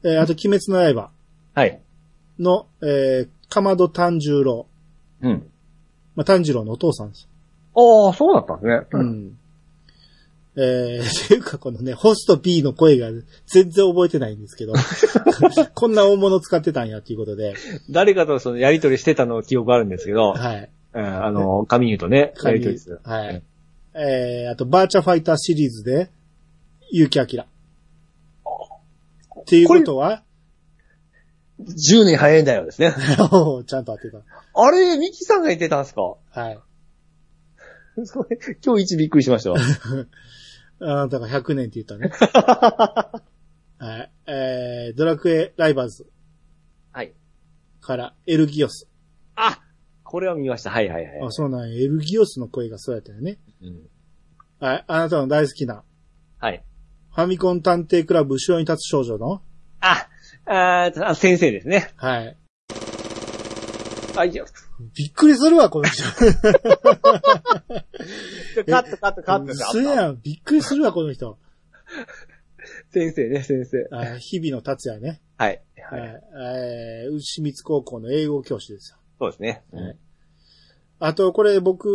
S1: えー、あと、鬼滅の刃
S2: はい。
S1: の、えー、かまど炭十郎。
S2: うん。
S1: まあ、炭十郎のお父さんですよ。
S2: ああ、そうだったんですね。
S1: うん。えー、っていうかこのね、ホスト B の声が全然覚えてないん ですけど、こんな大物使ってたんやっていうことで、
S2: 誰かとそのやりとりしてたの記憶あるんですけど、
S1: はい。
S2: うんあの、神言うとね、やりとりする。
S1: は
S2: うん
S1: い。えー、あと、バーチャファイターシリーズで、結城明。っていうことは、
S2: 10年早いんだよですね。
S1: おーちゃんと当てた。
S2: あれ、ミキさんが言ってたんですか
S1: はい。
S2: それ今日一びっくりしま したわ。
S1: あなたが100年って言っ たね。はい。えー、ドラクエライバーズ
S2: はい。
S1: から、エルギオス。
S2: あこれは見ました。はいはいはい。
S1: あ、そうなんやエルギオスの声がそうやったよね。
S2: うん
S1: はい。あなたの大好きな、
S2: はい。
S1: ファミコン探偵クラブ後ろに立つ少女の、
S2: あ、あーあ先生ですね。
S1: はい。
S2: あ、いや、
S1: びっくりするわ、この人。
S2: カットカットカット
S1: そやん、びっくりするわ、この 人。
S2: 先生ね、先生。
S1: あー日々の達也ね。
S2: はい。
S1: は
S2: はい。
S1: い。えー、牛光高校の英語教師ですよ。
S2: そうですね。
S1: はいあと、これ僕、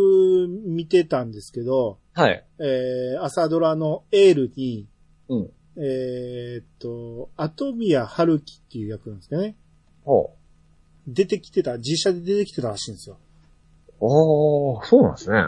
S1: 見てたんですけど、
S2: はい。
S1: えー、朝ドラのエールに、
S2: うん。
S1: えーっと、アトミア・ハルキっていう役なんですかね。
S2: ほう。
S1: 出てきてた、実写で出てきてたらしいんですよ。
S2: おー、そうなんですね。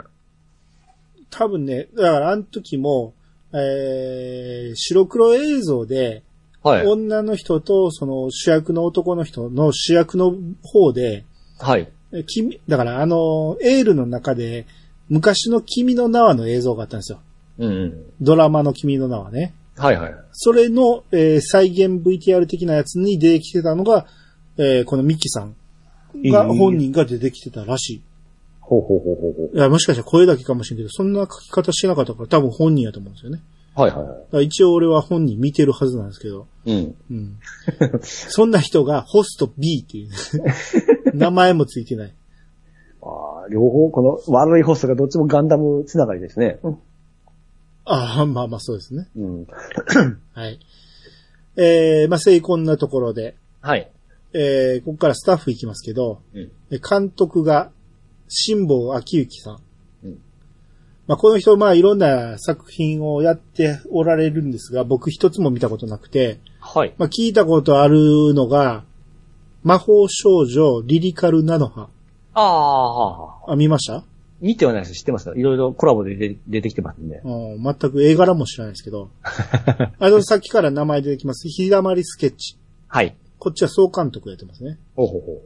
S1: 多分ね、だからあの時も、えー、白黒映像で、
S2: はい。
S1: 女の人とその主役の男の人の主役の方で、
S2: はい。
S1: え君、だからあの、エールの中で、昔の君の名はの映像があったんですよ。
S2: うんうん。
S1: ドラマの君の名はね。
S2: はいはい。
S1: それの、えー再現 VTR 的なやつに出てきてたのが、えーこのミキさんが、
S2: えー
S1: 本人が出てきてたらし
S2: ほうほうほうほうほ
S1: い。いや、もしかしたら声だけかもしれんけど、そんな書き方してなかったから多分本人やと思うんですよね。
S2: う。はいはいは
S1: だから一応俺は本人見てるはずなんですけど、
S2: い。うん。
S1: うん。そんな人がホスト B っていう、名前もついてない。
S2: ああ、両方、この悪いホストがどっちもガンダムつながりですね。
S1: ああ、まあまあそうですね。
S2: うん。
S1: はい。えー、まあ、成婚なところで、
S2: はい。
S1: えー、ここからスタッフ行きますけど、
S2: うん。
S1: え監督が、辛坊秋之さん。
S2: うん
S1: まあ、この人、まあ、いろんな作品をやっておられるんですが、僕一つも見たことなくて、
S2: はい。
S1: まあ、聞いたことあるのが、魔法少女リリカルナノハ。
S2: ああ、
S1: あ、見ました
S2: 見てはないです。知ってますよ。いろいろコラボで出て出てきてますんで。
S1: うん、全く絵柄も知らないですけ ど。あの、さっきから名前出てきます。日だまりスケッチ。
S2: はい。
S1: こっちは総監督やってますね。
S2: ほうほうほう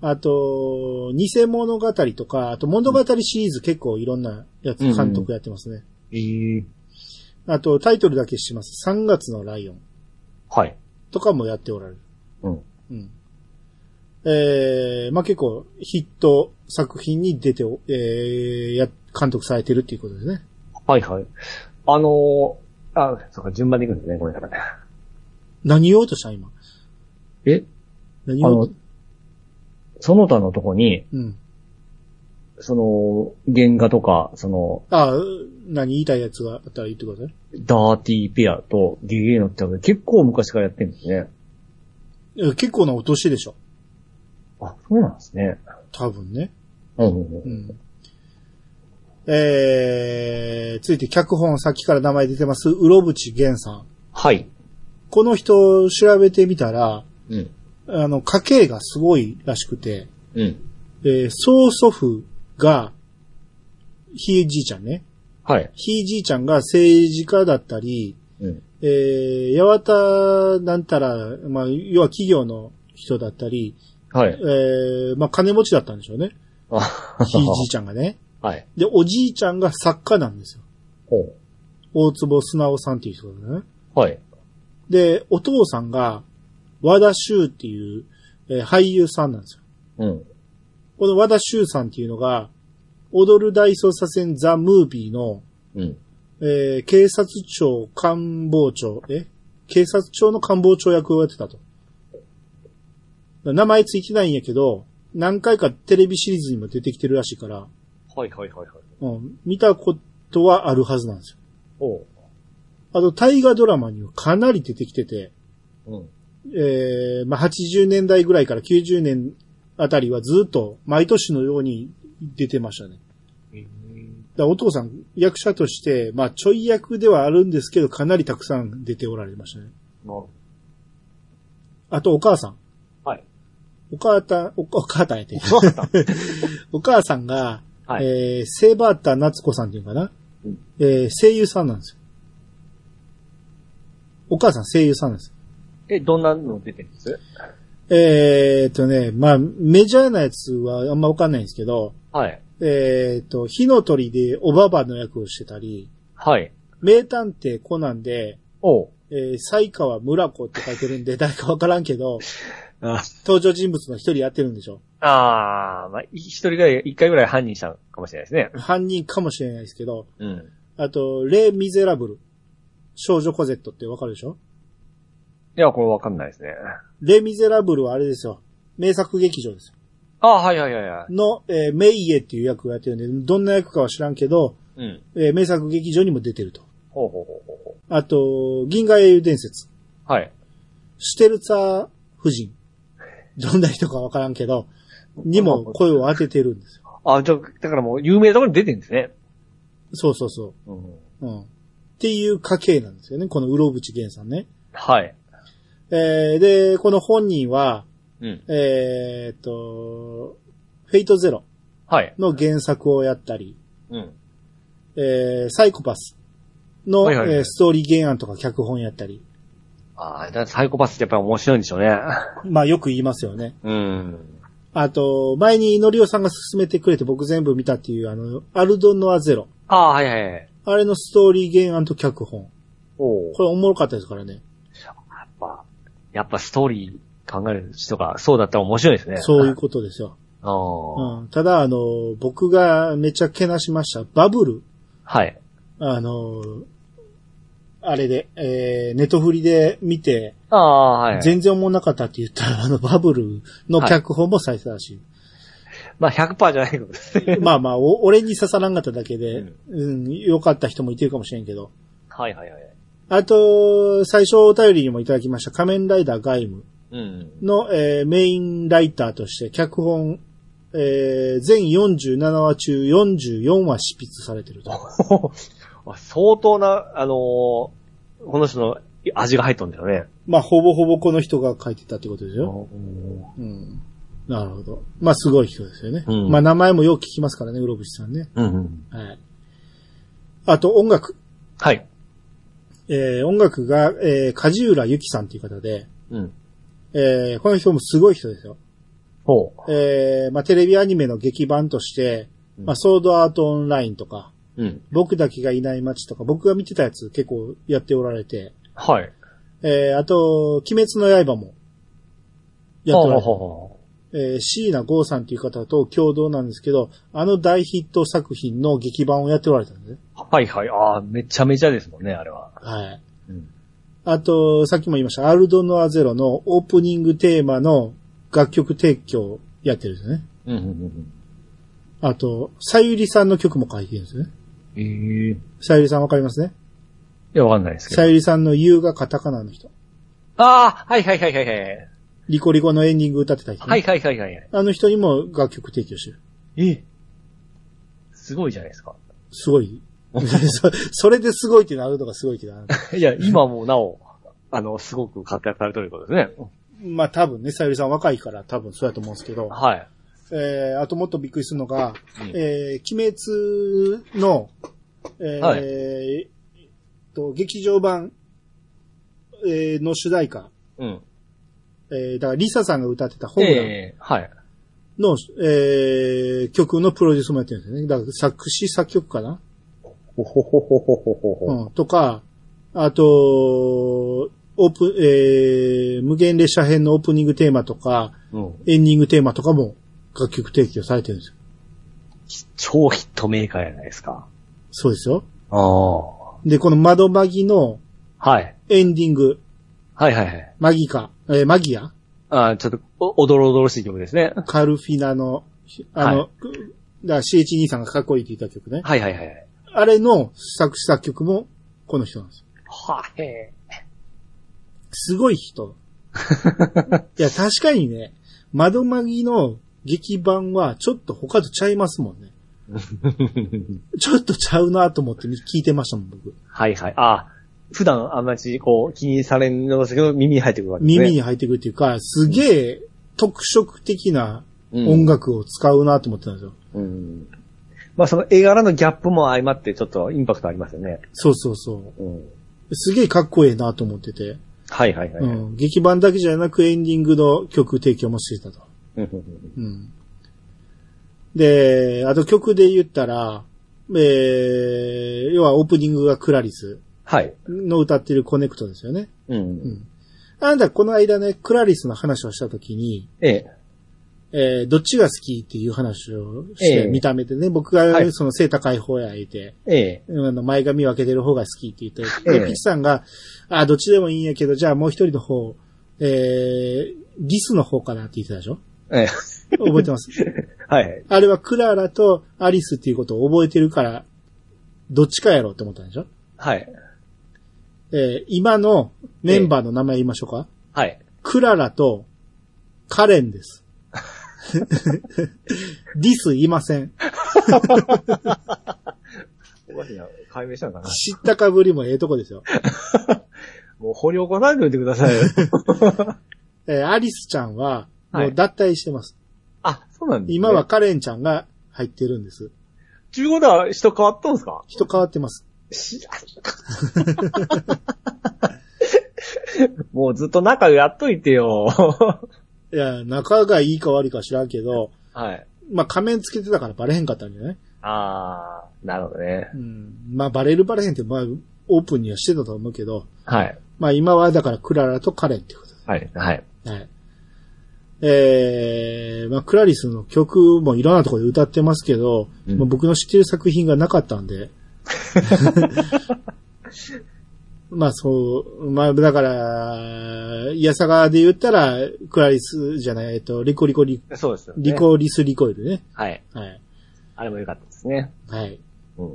S1: あと、偽物語とか、あと物語シリーズ結構いろんなやつ、
S2: うん
S1: 監督やってますね。
S2: ええ
S1: あと、タイトルだけしてます。3月のライオン
S2: はい。
S1: とかもやっておられる。
S2: うん。
S1: うん。えー、まあ、結構ヒット作品に出てお、えー、や、監督されてるっていうことですね。
S2: はいはい。あのー、あ、そうか、順番でいくんですね、これからね。
S1: 何言おうとした今。
S2: え
S1: 何言おうと
S2: その他のとこに、
S1: うん。
S2: その、原画とか、その、
S1: ああ、何言いたいやつがあったら言ってください。
S2: ダーティーペアとゲゲゲのって結構昔からやってるんですね。
S1: えー結構なお年でしょ。
S2: あ、そうなんですね。
S1: 多分ね。
S2: うんうんう。
S1: うんん。えー、ついて脚本さっきから名前出てます、うろぶちげんさん。
S2: はい。
S1: この人調べてみたら、
S2: うん。
S1: あの、家系がすごいらしくて、
S2: うん。
S1: えー曽祖父が、ひいじいちゃんね。
S2: はい。
S1: ひいじいちゃんが政治家だったり、
S2: うん。
S1: えー、八幡なんたら、まあ、要は企業の人だったり、
S2: は
S1: え
S2: い。
S1: ー、まあ、金持ちだったんでしょうね。
S2: あ、
S1: ひいじいちゃんがね。
S2: はい。
S1: で、おじいちゃんが作家なんですよ。
S2: ほう。
S1: 大坪素直さんっていう人だね。
S2: はい。
S1: で、お父さんが、和田修っていう、えー俳優さんなんですよ。
S2: うん。
S1: この和田修さんっていうのが、踊る大捜査線ザ・ムービーの、
S2: うん。
S1: えー警察庁官房長、え警察庁の官房長役をやってたと。名前ついてないんやけど、何回かテレビシリーズにも出てきてるらしいから、
S2: はいはいはいはい。
S1: うん、見たことはあるはずなんですよ。
S2: ほう。
S1: あと、大河ドラマにはかなり出てきてて、
S2: うん。
S1: えーまあ、80年代ぐらいから90年あたりはずっと毎年のように出てましたね。だからお父さん、役者として、まあ、ちょい役ではあるんですけど、かなりたくさん出ておられましたね。あと、お母さん。
S2: はい。
S1: お母たん、おお母たんやって。
S2: そうだった。
S1: お母さんが、
S2: はい
S1: えー、セーバータ夏子さんっていうのかな、
S2: うん
S1: えー、声優さんなんですよ。お母さん声優さんなんですよ
S2: え、どんなの出てるんです
S1: えーっとね、まあ、メジャーなやつはあんまわかんないんですけど、
S2: はい。
S1: えーっと、火の鳥でおばばの役をしてたり、
S2: はい。
S1: 名探偵コナンで、
S2: おう。
S1: えー、才川村子って書いてるんで、誰 かわからんけど、
S2: あ
S1: 登場人物の一人やってるんでしょ。
S2: あー、まあ、い一人ぐらい、一回ぐらい犯人したかもしれないですね。
S1: 犯人かもしれないですけど、
S2: うん。
S1: あと、レ・ミゼラブル。少女コゼットってわかるでしょ
S2: いや、これわかんないですね。
S1: レ・ミゼラブルはあれですよ。名作劇場ですよ。
S2: ああ、はいはいはいはい。
S1: の、えーメイエっていう役をやってるんで、どんな役かは知らんけど、
S2: うん。
S1: えー名作劇場にも出てると。
S2: ほうほうほうほうほ
S1: あと、銀河英雄伝説、
S2: う。はい。
S1: シュテルツァー夫人、どんな人かわからんけど、にも声を当ててるんですよ。
S2: あじゃあ、だからもう有名なところに出てるんですね。
S1: そうそうそ
S2: うん。
S1: う。うん。っていう家系なんですよね、このうろぶちげんさんね。
S2: はい。
S1: えーで、この本人は、
S2: うん。
S1: えーっと、フェイトゼロ
S2: はい。
S1: の原作をやったり、
S2: うん。
S1: えーサイコパスの、
S2: はいはいはい
S1: えーストーリー原案とか脚本やったり、
S2: ああ、だからサイコパスってやっぱり面白いんでしょうね。
S1: まあよく言いますよね。
S2: うん。
S1: あと、前にのりおさんが勧めてくれて僕全部見たっていう、あの、アルドノアゼロ。
S2: ああ、はいはいはい。
S1: あれのストーリー原案と脚本。
S2: お
S1: これおもろかったですからね。
S2: やっぱ、やっぱストーリー考える人がそうだったら面白いですね。
S1: そういう。ことですよ。
S2: ああ、
S1: うん、ただ、あの、僕がめちゃけなしました。バブル。
S2: はい。
S1: あの、あれで、えー、ネトフリで見て、
S2: ああ、はい。
S1: 全然おもんなかったって言ったら、あの、バブルの脚本も再生だしい。
S2: まあ100%じゃないけど ですね。
S1: まあまあ、お俺に刺さらんかっただけで、
S2: うん
S1: うん、良かった人もいてるかもしれんけど。
S2: はいはいはい。
S1: あと、最初お便りにもいただきました、仮面ライダーガイム
S2: うん。
S1: の、えーメインライターとして、脚本、えー全47話中44話執筆されてると。
S2: 相当な、あのーこの人の味が入ったんだよね。
S1: まあ、ほぼほぼこの人が書いてたってことですよ。
S2: う
S1: うん。なるほど。まあ、すごい人ですよね。
S2: うん
S1: まあ、名前もよく聞きますからね、うろぶしさんね。
S2: ん。
S1: はい。あと、音楽。
S2: はい。
S1: えー音楽が、えー梶浦由紀さんという方で、
S2: うん。
S1: えーこの人もすごい人ですよ。
S2: ほう。
S1: えーまあ、テレビアニメの劇版として、
S2: うん
S1: まあ、ソードアートオンラインとか、
S2: うん。
S1: 僕だけがいない街とか、僕が見てたやつ結構やっておられて、
S2: はい。
S1: えーあと、鬼滅の刃も、やっておられて、えー椎名剛さんという方と共同なんですけど、あの大ヒット作品の劇版をやっておられたんですね。
S2: はいはい。ああ、めちゃめちゃですもんね、あれは。
S1: はい。
S2: うん
S1: あと、さっきも言いました、アルドノアゼロのオープニングテーマの楽曲提供をやってるんですね。
S2: うんうん
S1: あと、さゆりさんの曲も書いてるんですね。
S2: うん。ええい
S1: さゆりさんわかりますね
S2: や、わかんないですけど。
S1: さ
S2: あ
S1: ゆりさんの優がカタカナの人。
S2: あー、はいはいはいはいはい。
S1: リコリコのエンディング歌ってた人ね、
S2: はいはいはいはい。
S1: あの人にも楽曲提供してる。
S2: ええ。すごいじゃないですか。
S1: すごい。 そそれですごいってなるのがすごいけ どな。
S2: いや、今もなお、 あの、すごく活躍されてるということですね。
S1: まあ多分ね、さゆりさん若いから多分そうやと思うんですけど。
S2: はい。
S1: えー、あともっとびっくりするのが、
S2: うん
S1: えー、鬼滅の、えー
S2: はい
S1: えーと、劇場版、えーの主題歌、
S2: うん。
S1: えー、だからリサさんが歌ってたホームラン
S2: ええはい。
S1: の、えー曲のプロデュースもやってるんですよね。だから作詞作曲かな
S2: ほほほほほほほほ。
S1: うん、とか、あと、オープン、えー、無限列車編のオープニングテーマとか、
S2: うん。
S1: エンディングテーマとかも楽曲提供されてるんですよ。
S2: 超ヒットメーカーじゃないですか。
S1: そうですよ。
S2: ああ。
S1: で、この窓マギの
S2: はい。
S1: エンディング、
S2: はいはいはい。
S1: マギカ、えーマギア、
S2: ああ、ちょっと、お、おどろおどろしい曲ですね。
S1: カルフィナの、あの、
S2: は
S1: だから CH2 さんがかっこいいって言った曲ね。
S2: はいはいはい。
S1: あれの作詞作曲もこの人なんですよ。
S2: はへえ。
S1: すごい 人。いや、確かにね、窓マギの劇版はちょっと他とちゃいますもんね。ちょっとちゃうなと思って聞いてましたもん、僕。
S2: はいはい。ああ、普段あんまりこう気にされんのですけど、耳に入ってくるわけですね。
S1: 耳に入ってくるっていうか、すげえ特色的な音楽を使うなと思ってたんですよ。
S2: うん。うん。まあその絵柄のギャップも相まってちょっとインパクトありますよね。
S1: そうそうそう。
S2: うん。
S1: すげえかっこええなと思ってて、
S2: はいはいはい。
S1: う
S2: うん
S1: ん、劇版だけじゃなくエンディングの曲提供もしてたと。
S2: うん
S1: うん、で、あと曲で言ったら、えー、要はオープニングがクラリス
S2: はい。
S1: の歌ってるコネクトですよね。
S2: う。
S1: うんん、あんたこの間ね、クラリスの話をした時に、
S2: ええ。
S1: えー、どっちが好きっていう話をして、
S2: ええ
S1: 見た目でね、僕
S2: は
S1: が
S2: い
S1: その背高い方やいて、
S2: ええ。
S1: あの、前髪分けてる方が好きって言って、で
S2: ええ
S1: ピチさんが、あ、どっちでもいいんやけど、じゃあもう一人の方、えー、リスの方かなって言ってたでしょ
S2: ええ。
S1: 覚えてます。
S2: はいはい。
S1: あれはクララとアリスっていうことを覚えてるから、どっちかやろうって思ったんでしょ
S2: はい。
S1: えー今のメンバーの名前言いましょうか。
S2: はい。
S1: クララとカレン です。ディスいません。
S2: おかしいな。解明したのかな
S1: 知ったかぶりもええとこですよ。
S2: もう掘り起こさないでおいてくださいよ。
S1: えーアリスちゃんは、
S2: はい
S1: もう脱退してます。
S2: あ、そうなんです、
S1: 今は。カレンちゃんが入ってるんです。
S2: 中古では人変わったんですか
S1: 人変わってます。
S2: 知らんか。もうずっと仲やっといてよ。
S1: いや、仲がいいか悪いか知らんけど、
S2: はい。
S1: まあ仮面つけてたからバレへんかったんじゃない
S2: あー、なるほどね。
S1: うん。まあバレるバレへんって、まあオープンにはしてたと思うけど、
S2: はい。
S1: まあ今はだからクララとカレンってこと
S2: はい。はい。
S1: で。はい。えー、まあクラリスの曲もいろんなところで歌ってますけど、
S2: うん
S1: まあ僕の知ってる作品がなかったん で。まあそう、まあだから、イヤサガで言ったら、クラリスじゃない、えっと、リコリコリ、
S2: そうですよね。
S1: リ。コリスリコイルね。
S2: はい。
S1: はい。
S2: あれも良かったですね。
S1: はい。
S2: うん。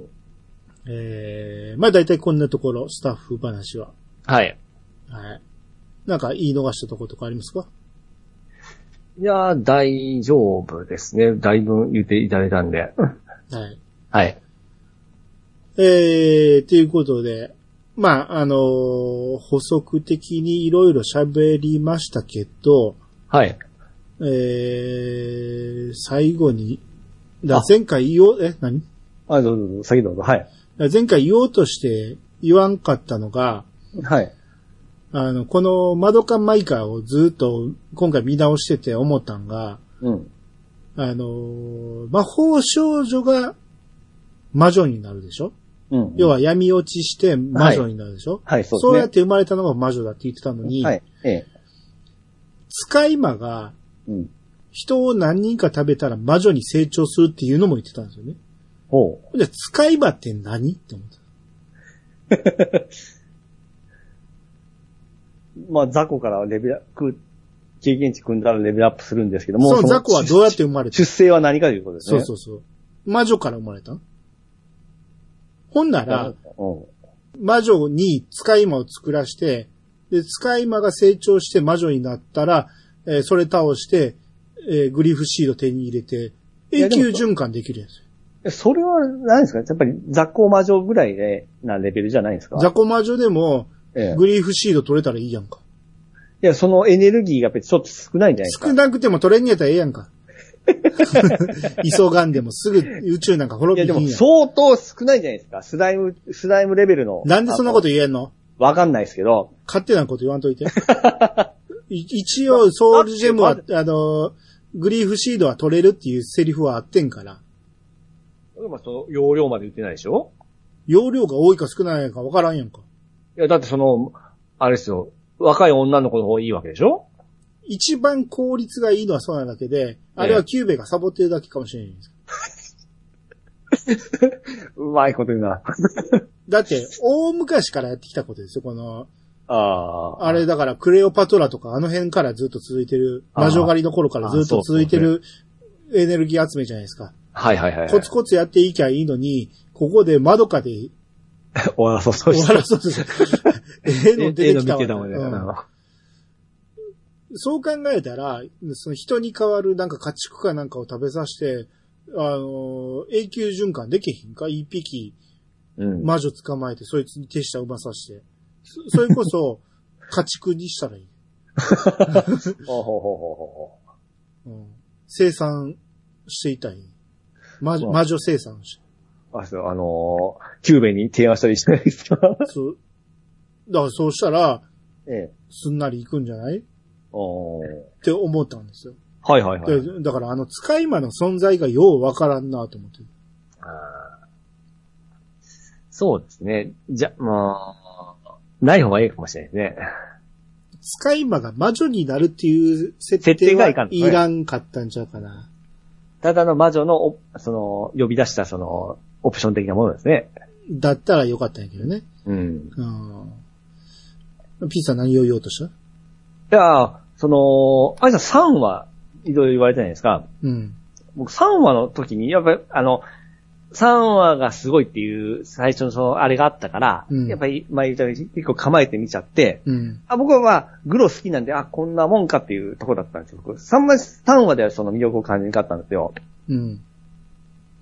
S1: えー、まあ大体こんなところ、スタッフ話は。
S2: はい。
S1: はい。なんか言い逃したところとかありますか
S2: いやー、大丈夫ですね。だいぶ言っていただいたんで。
S1: はい。
S2: はい。
S1: えー、ということで、まあ、あのー補足的にいろいろ喋りましたけど、
S2: はい。
S1: えー、最後に、だ前回言おう、え、何
S2: あ、どうぞどうぞ、先どうぞ。はい。
S1: だ前回言おうとして言わんかったのが、
S2: はい。
S1: あの、このマドカンマイカーをずっと今回見直してて思ったんが、
S2: うん。
S1: あのー魔法少女が魔女になるでしょ、
S2: うん。
S1: 要、は闇落ちして魔女になるでしょ、
S2: はい、そう
S1: そう
S2: で
S1: や
S2: す
S1: っ
S2: ね。
S1: て生まれたのが魔女だって言ってたのに、
S2: はい。ええ。
S1: 使い魔が
S2: うん。
S1: 人を何人か食べたら魔女に成長するっていうのも言ってたんですよね。
S2: ほ
S1: じゃあ使い魔って何って思った。
S2: う。まあ、雑魚からレベルアップ、経験値組んだらレベルアップするんですけども。
S1: その雑魚はどうやって生まれた
S2: 出生は何かということです
S1: そ
S2: ね。
S1: うそうそう。魔女から生まれたんほんなら、
S2: うん。
S1: 魔女に使い魔を作らして、で、使い魔が成長して魔女になったら、えーそれ倒して、えーグリフシード手に入れて、永
S2: やでも
S1: 久循環できるやつ。
S2: それは、何ですかやっぱり雑魚魔女ぐらいで、なレベルじゃないですか
S1: 雑魚魔女でも、
S2: ええ。
S1: グリフシード取れたらいいやんか。
S2: いや、そのエネルギーがやっぱりちょっと少ないんじゃないですか
S1: 少なくても取れんやったらええやんか。急がんでもすぐ宇宙なんか
S2: い
S1: 滅び
S2: や、で
S1: ひ
S2: も
S1: んやん。
S2: 相当少ないじゃないですか。スライム、スライムレベルの。
S1: なんでそんなこと言えんの
S2: あのわかんないですけど。
S1: 勝手なこと言わんといて。い一応、ソウルジェムは
S2: だっ、
S1: あの、グリーフシードは取れるっていうセリフはあってんから、
S2: でもその容量まで言ってないでしょ
S1: 容量が多いか少ないかわからんやんか。
S2: いや、だってその、あれですよ。若い女の子の方がいいわけでしょ
S1: 一番効率がいいのはそうなだけで、あれはキューベがサボってるだけかもしれないんです。
S2: うまいこと言うな。
S1: だって、大昔からやってきたことですよ、この、
S2: ああ。
S1: あれだからクレオパトラとかあの辺からずっと続いてる、
S2: あー
S1: 魔女狩りの頃からずっと続いてるエネルギー集めじゃないですか。
S2: はいはいはい。
S1: コツコツやっていきゃいいのに、ここで窓かで
S2: 終わらそうそ
S1: 終
S2: うし
S1: わ
S2: て。
S1: らそうとする。 ええの出てきたわ、うん
S2: な。
S1: そう考えたら、その人に代わるなんか家畜かなんかを食べさせて、あのー、永久循環できひんか一匹
S2: うん。
S1: 魔女捕まえて、そいつに手下馬させて。そ それこそ、家畜にしたらいい。
S2: ほうほうほうほうほう
S1: うん生産していたい。魔女
S2: まあ
S1: 魔女生産 し
S2: あ、そう、あのー、キューベに提案したりしてないですか
S1: そう。だからそうしたら、
S2: ええ。
S1: すんなりいくんじゃないっ
S2: おー
S1: て思ったんですよ。
S2: はいはいはい。
S1: でだからあの使い魔の存在がようわからんなと思って。
S2: あーそうですね。じゃ、まあ、ない方がいいかもしれないですね。
S1: 使い魔が魔女になるっていう設
S2: 設
S1: 定
S2: 定
S1: は
S2: が
S1: い
S2: いかんのね
S1: らんかったんちゃうかな。
S2: ただの魔女のお、その、呼び出したその、オプション的なものですね。
S1: だったらよかったんやけどね。
S2: うん。
S1: うん。ピーさん何を言おうとした
S2: いやーその、あいさん3は
S3: いろいろ言われたじゃないですか。
S1: うん。
S3: 僕3話の時に、やっぱり、あの、3話がすごいっていう最初のそのあれがあったから、
S1: うん
S3: やっぱり、まあ言ったように結構構えてみちゃって、
S1: うん。
S3: あ僕はまあ、グロ好きなんで、あ、こんなもんかっていうとこだったんですよ。僕3話、3話ではその魅力を感じなかったんですよ。
S1: うん。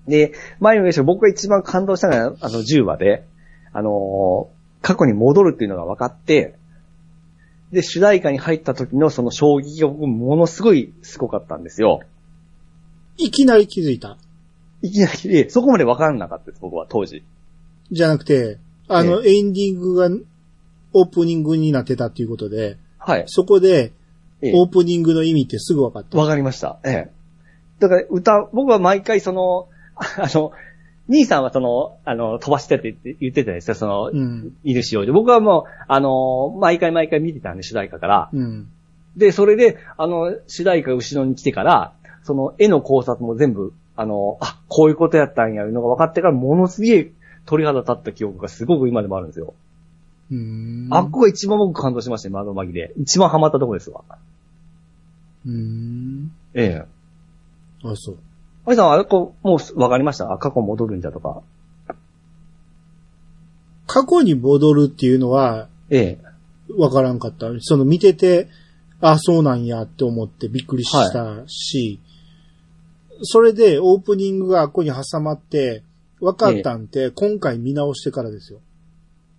S3: で、前にも言いましたけど僕が一番感動したのは、あの、10話で、あのー過去に戻るっていうのが分かって、で、主題歌に入った時のその衝撃が僕ものすごいすごかったんですよ。
S1: いきなり気づいた。
S3: いきなり、そこまで分からなかったです、僕は当時。
S1: じゃなくて、あの、エンディングがオープニングになってたっていうことで、
S3: はい。
S1: そこで、
S3: ええ
S1: オープニングの意味ってすぐ分かった。
S3: わかりました。ええ。だから歌、僕は毎回その、あの、兄さんはその、あの、飛ばしてって言って言ってたじゃないですか、その、
S1: うん。
S3: 犬仕様で。僕はもう、あの、毎回毎回見てたんで、主題歌から。
S1: うん。
S3: で、それで、あの、主題歌が後ろに来てから、その絵の考察も全部、あの、あ、こういうことやったんや、いうのが分かってから、ものすげえ鳥肌立った記憶がすごく今でもあるんですよ。
S1: うーん。
S3: あっこが一番僕感動しましたね、窓紛れ。一番ハマったとこですわ。
S1: うーん。
S3: ええ。
S1: あ、そう。
S3: あいさん、あれこう、もう分かりました過去戻るんだとか。
S1: 過去に戻るっていうのは、
S3: ええ。
S1: わからんかった。その見てて、あ、そうなんやって思ってびっくりしたし、それでオープニングがここに挟まって、わかったんて、今回見直してからですよ。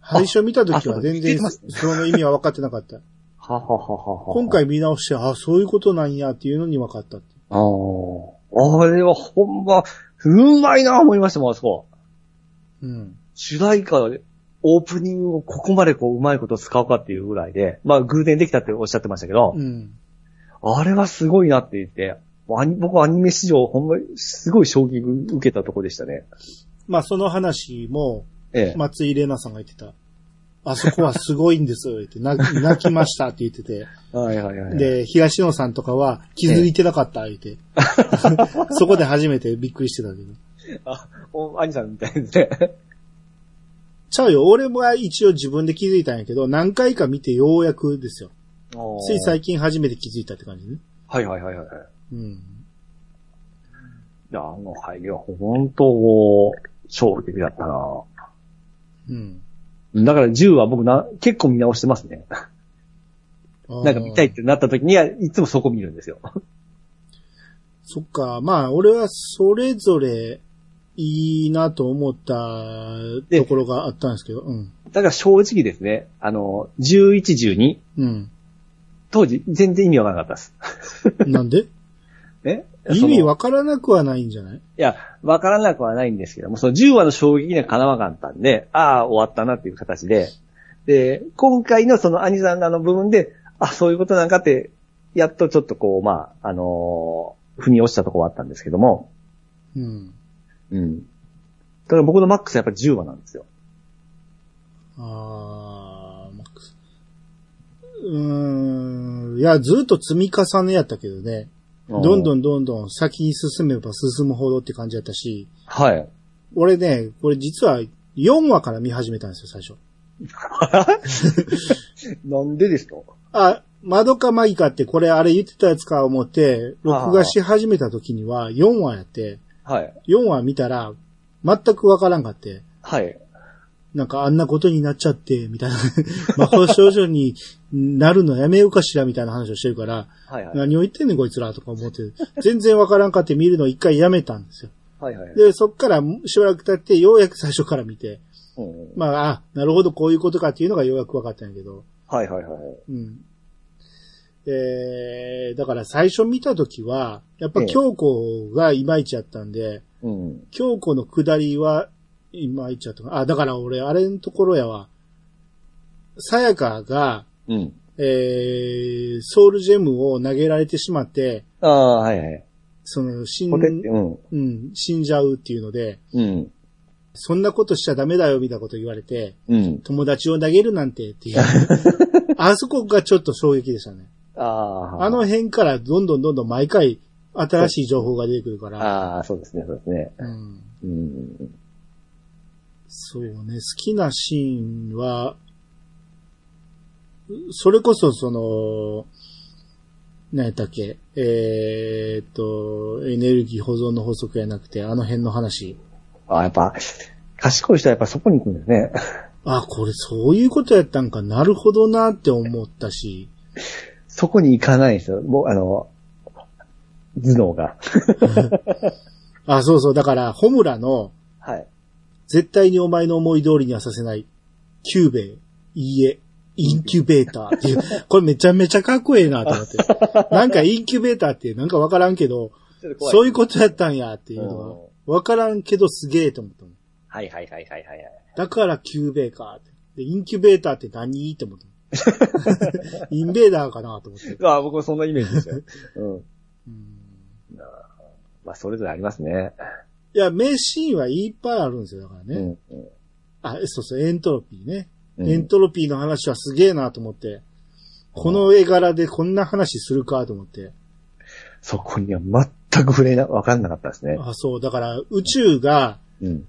S1: 最初見た時は全然
S3: ああそ
S1: その意味は分かってなか った。
S3: ははははは。
S1: 今。回見直して、あ、そういうことなんやっていうのに分かったって。
S3: ああ。あれはほんま、うまいな思いましたもん、あそこ。
S1: うん。
S3: 主題歌、オープニングをここまでこう、うまいこと使うかっていうぐらいで、まあ、偶然できたっておっしゃってましたけど、
S1: うん。
S3: あれはすごいなって言って、アニ僕アニメ史上ほんまにすごい衝撃受けたとこでしたね。
S1: まあ、その話も、
S3: ええ。
S1: 松井玲奈さんが言ってた。あそこはすごいんですよ、って、泣き泣きましたって言ってて。
S3: はいはいはい。
S1: で、東野さんとかは気づいてなかった、言う て。そこで初めてびっくりしてたけど。
S3: あ、お兄さんみた いですね。
S1: ちゃうよ、俺も一応自分で気づいたんやけど、何回か見てようやくですよ。つい最近初めて気づいたって感じね。
S3: はいはいはいはいはい。
S1: うん。
S3: いや、あの入りは本当こう、衝撃だったな
S1: うん。
S3: だから10は僕な、結構見直してますね。なんか見たいっ
S1: あー。
S3: てなった時には、いつもそこ見るんですよ。
S1: そっか、まあ、俺はそれぞれいいなと思ったところがあったんですけど、うん。
S3: だから正直ですね、あの、11、12、
S1: うん。
S3: 当時全然意味わからなかったです。
S1: なんで
S3: え
S1: 意味
S3: その
S1: わからなくはないんじゃない
S3: いや、わからなくはないんですけども、その10話の衝撃にはかなわなかったんで、ああ、終わったなっていう形で、で、今回のその兄さんらの部分で、あ、そういうことなんかって、やっとちょっとこう、まあ、あのー腑に落ちたところはあったんですけども、
S1: うん。
S3: うん。だから僕のマックスはやっぱ10話なんですよ。
S1: あーマックス。うーん。いや、ずっと積み重ねやったけどね。どんど
S3: ん。
S1: んどんどん先に進めば進むほどって感じやったし、
S3: はい。
S1: 俺ね、これ実は4話から見始めたんですよ、最初。
S3: なんでですか
S1: あ、マドカマギカってこれあれ言ってたやつか思って、録画し始めた時には4話やって、
S3: はい。
S1: 4話見たら全くわからんかって、
S3: はい。
S1: なんかあんなことになっちゃって、みたいな。 魔法少女になるのやめようかしら、みたいな話をしてるから、
S3: はいはい。
S1: 何を言ってんねんこいつらとか思って、全然わからんかって見るの一回やめたんですよ。
S3: はいはい。
S1: で、そっからしばらく経ってようやく最初から見て、
S3: うん
S1: まあ、あ、なるほどこういうことかっていうのがようやくわかったんやけど、
S3: はいはいはい。
S1: うん。えー、だから最初見たときは、やっぱ京子がいまいちやったんで、
S3: うん。
S1: 京子の下りはいまいちやったかな。あ、だから俺、あれのところやわ。さやかが、
S3: うん。
S1: えー、ソウルジェムを投げられてしまって、
S3: ああ、はいはい。
S1: その、死ん
S3: ポテって、うん。
S1: うん、死んじゃうっていうので、
S3: うん。
S1: そんなことしちゃダメだよみたいなこと言われて、
S3: うん。
S1: 友達を投げるなんてっていう。 あそこがちょっと衝撃でしたね。
S3: ああ。
S1: あの、辺からどんどんどんどん毎回新しい情報が出てくるから、
S3: ああ、そうですね、そうですね。
S1: うん、
S3: うん。
S1: そうね、好きなシーンは、それこそその、何やったっけえー、っと、エネルギー保存の法則やなくて、あの辺の話。
S3: あ、やっぱ、賢い人はやっぱそこに行くんですね。
S1: あ、これそういうことやったんか、なるほどなって思ったし。
S3: そこに行かないんですよ。もう、あの、頭脳が。
S1: あ、そうそう、だから、ホムラの、
S3: はい。
S1: 絶対にお前の思い通りにはさせない、キューベイ、いいえ、インキュベーターって いう、これめちゃめちゃかっこええなと思って。なんかインキュベーターってなんかわからんけど、そういうことやったんやっていうのは、わからんけどすげえと思ったもん。
S3: はいはいはいはいはいはい。
S1: だからキューベーかって。で、インキュベーターって何って思ったもん。 インベーダーかなと思って。
S3: あ僕もそんなイメージですよ。うん。
S1: うん
S3: まあ、それぞれありますね。
S1: いや、名シーンはいっぱいあるんですよ、だからね。
S3: うん。
S1: あ、そうそう、エントロピーね。
S3: うん
S1: エントロピーの話はすげえなと思って。この絵柄でこんな話するかと思って。
S3: そこには全く触れな、わかんなかったですね。
S1: あ、そう、だから宇宙が、
S3: うん。
S1: い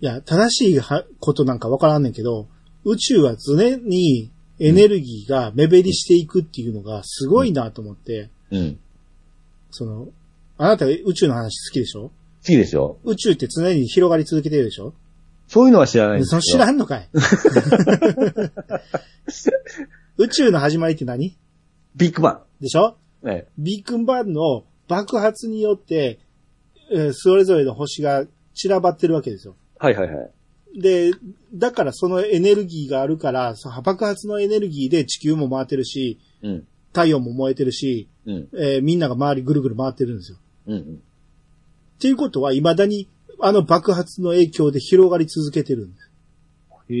S1: や、正しいはことなんかわからんねんけど、宇宙は常にエネルギーが目減りしていくっていうのがすごいなと思って、
S3: うん。
S1: その、あなた宇宙の話好きでしょ
S3: 次ですよ。
S1: 宇宙って常に広がり続けてるでしょ
S3: そういうのは知らないんです
S1: そ
S3: よ。
S1: の知らんの かい 宇宙の始まりって何
S3: ビッグバ
S1: でしょ
S3: ン。え
S1: ビッグバンの爆発によって、えーそれぞれの星が散らばってるわけですよ。
S3: えはいはいはい。
S1: で、だからそのエネルギーがあるから、その爆発のエネルギーで地球も回ってるし、
S3: うん。
S1: 太陽も燃えてるし、
S3: うん。
S1: えーみんなが周りぐるぐる回ってるんですよ。
S3: うんう
S1: っ
S3: ん。
S1: ていうことは、未だにあの爆発の影響で広がり続けてるんです。
S3: へ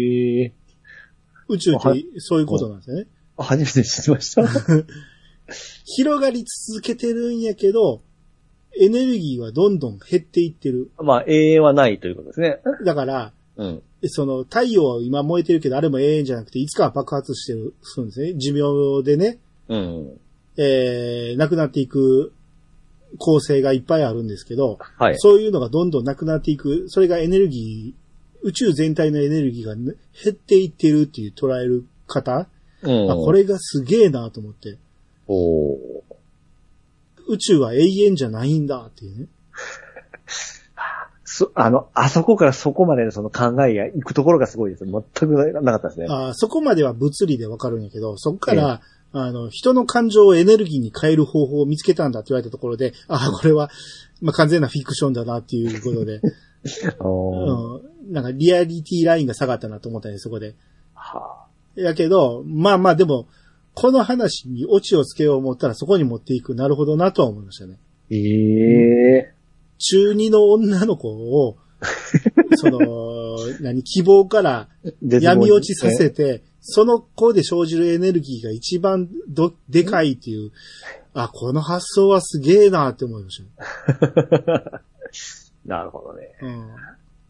S3: え。
S1: 宇宙っ
S3: は
S1: てそういうことなんですよね。
S3: あ初めて知りました。
S1: 広がり続けてるんやけど、エネルギーはどんどん減っていってる。
S3: まあ、永遠はないということですね。
S1: だから、
S3: うん。
S1: その、太陽は今燃えてるけど、あれも永遠じゃなくて、いつかは爆発してる、するんですね。寿命でね、
S3: うん。
S1: えー、なくなっていく構成がいっぱいあるんですけど、
S3: はい。
S1: そういうのがどんどんなくなっていく、それがエネルギー、宇宙全体のエネルギーがね、減っていってるっていう捉える方、
S3: うん。
S1: あこれがすげえなと思って、
S3: おー
S1: 宇宙は永遠じゃないんだっていうね。
S3: そ、あの、あそこからそこまでのその考えが行くところがすごいです。全くなかったですね。
S1: あーそこまでは物理でわかるんやけど、そこから、あの、人の感情をエネルギーに変える方法を見つけたんだって言われたところで、ああ、これは、まあ、完全なフィクションだなっていうことで、
S3: おー
S1: うん、なんかリアリティラインが下がったなと思ったね、そこで。
S3: は
S1: やけど、まあまあでも、この話にオチをつけよう思ったらそこに持っていく、なるほどなとは思いましたね。
S3: ええ
S1: 中二の女の子を、その、何、希望から
S3: ー。
S1: 闇落ちさせて、その子で生じるエネルギーが一番ど、でかいっていう、あ、この発想はすげえなって思いまし
S3: なるほどね。
S1: た。うん。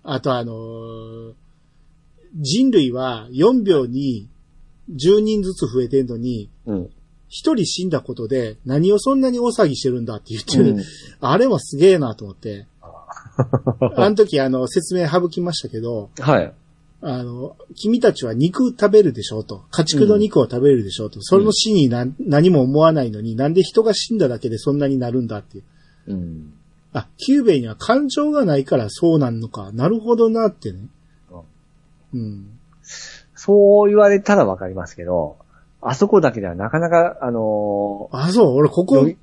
S1: あとあのー人類は4秒に10人ずつ増えてんのに、
S3: うん。
S1: 1人死んだことで何をそんなに大騒ぎしてるんだって言って
S3: う
S1: る、
S3: ん
S1: あれはすげえなと思 って。あの時あの説明省きましたけど、
S3: はい。
S1: あの、君たちは肉食べるでしょうと。家畜の肉を食べるでしょうと。それの死にな何も思わないのに、なんで人が死んだだけでそんなになるんだっていう。
S3: うん。
S1: あ、キューベイには感情がないからそうなんのか。なるほどなってね。うん。
S3: そう言われたらわかりますけど、あそこだけではなかなか、あの
S1: あ、そう、俺こ
S3: ー、よ
S1: こ
S3: り、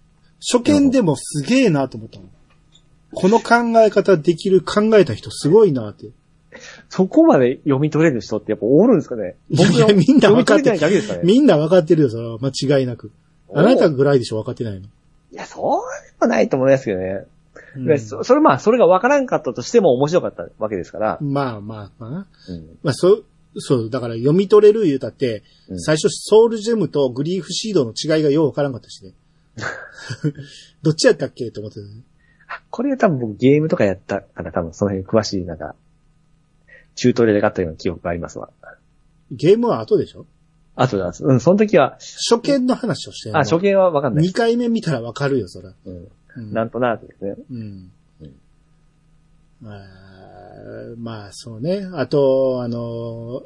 S1: 初見でもすげえなと思ったの。この考え方できる、考えた人すごいなって。
S3: そこまで読み取れる人ってやっぱおるんですかね
S1: いやいや
S3: 読
S1: みんな
S3: 読
S1: 分
S3: み
S1: かって
S3: 取れてないだけですかね
S1: みんな分かってるよ、それは間違いなく。あなたぐらいでしょ、分かってないの。
S3: いや、そうでもないと思いますけどね。
S1: うん
S3: でそそれまあ、それがわからんかったとしても面白かったわけですから。
S1: まあまあまあ。
S3: うん。
S1: まあ、そう、そう、だから読み取れる言うたって、
S3: うん
S1: 最初ソウルジェムとグリーフシードの違いがよう分からんかったしね。 どっちやったっけと思ってたね。
S3: これは多分僕ゲームとかやったから多分その辺詳しいなんか、チュートリアルがあったような記憶がありますわ。
S1: ゲームは後でしょ
S3: あとだ、うん、その時は、
S1: 初見の話をしてるの
S3: あ、初見はわかんない。
S1: 二回目見たら分かるよ、そら。
S3: うん。
S1: うん
S3: なんとなくですね。
S1: うん
S3: うん。
S1: あーまあ、そうね。あと、あのー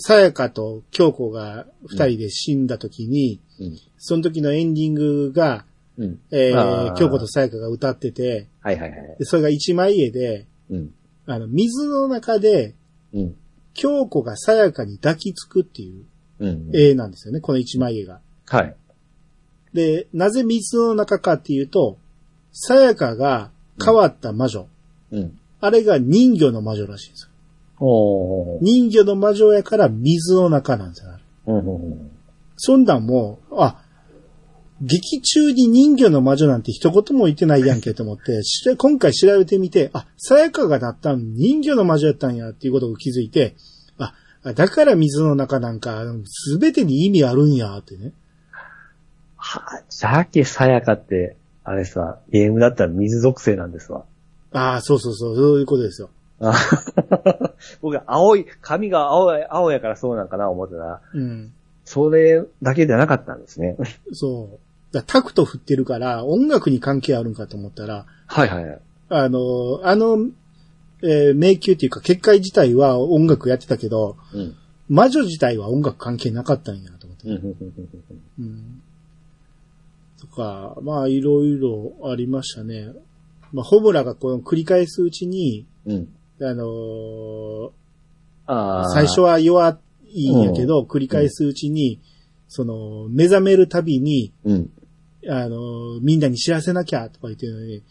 S1: さやかと京子が二人で死んだ時に、
S3: うん。
S1: その時のエンディングが、
S3: うん。
S1: え
S3: あ
S1: ー、
S3: ー
S1: 京子とさやかが歌ってて、
S3: はいはいはい。
S1: でそれが一枚絵で、
S3: うん。
S1: あの、水の中で、
S3: うん。
S1: 京子がさやかに抱きつくっていう
S3: うん。
S1: 絵なんですよね、この一枚絵が。
S3: はい。
S1: で、なぜ水の中かっていうと、さやかが変わった魔女。
S3: うん。
S1: あれが人魚の魔女らしいんですよ。
S3: おー。
S1: 人魚の魔女やから水の中なんですよ。あれ
S3: うんうんうん。
S1: そんなんもう、あ、劇中に人魚の魔女なんて一言も言ってないやんけと思 って、し今回調べてみて、あ、さやかがなったん人魚の魔女やったんやっていうことを気づいて、あ、あだから水の中なんか、すべてに意味あるんやってね。
S3: は、さっきさやかって、あれさ、ゲームだったら水属性なんですわ。
S1: ああ、そうそうそう、そういうことですよ。
S3: あ僕は青い、髪が青い、青やからそうなんかな思ってたら、
S1: うん。
S3: それだけじゃなかったんですね。
S1: そう。だタクト振ってるから、音楽に関係あるんかと思ったら、
S3: はいはいはい。
S1: あの、あの、えー迷宮っていうか結界自体は音楽やってたけど、
S3: うん。
S1: 魔女自体は音楽関係なかったんやと思って。
S3: うんうん
S1: うん。とか、まあいろいろありましたね。まあ、ホムラがこの繰り返すうちに、
S3: うん。うん。
S1: あのー
S3: ああ。
S1: 最初は弱いんやけど、繰り返すうちに、その、目覚めるたびに、
S3: うん。
S1: あの、みんなに知らせなきゃとか言ってるのに、
S3: うん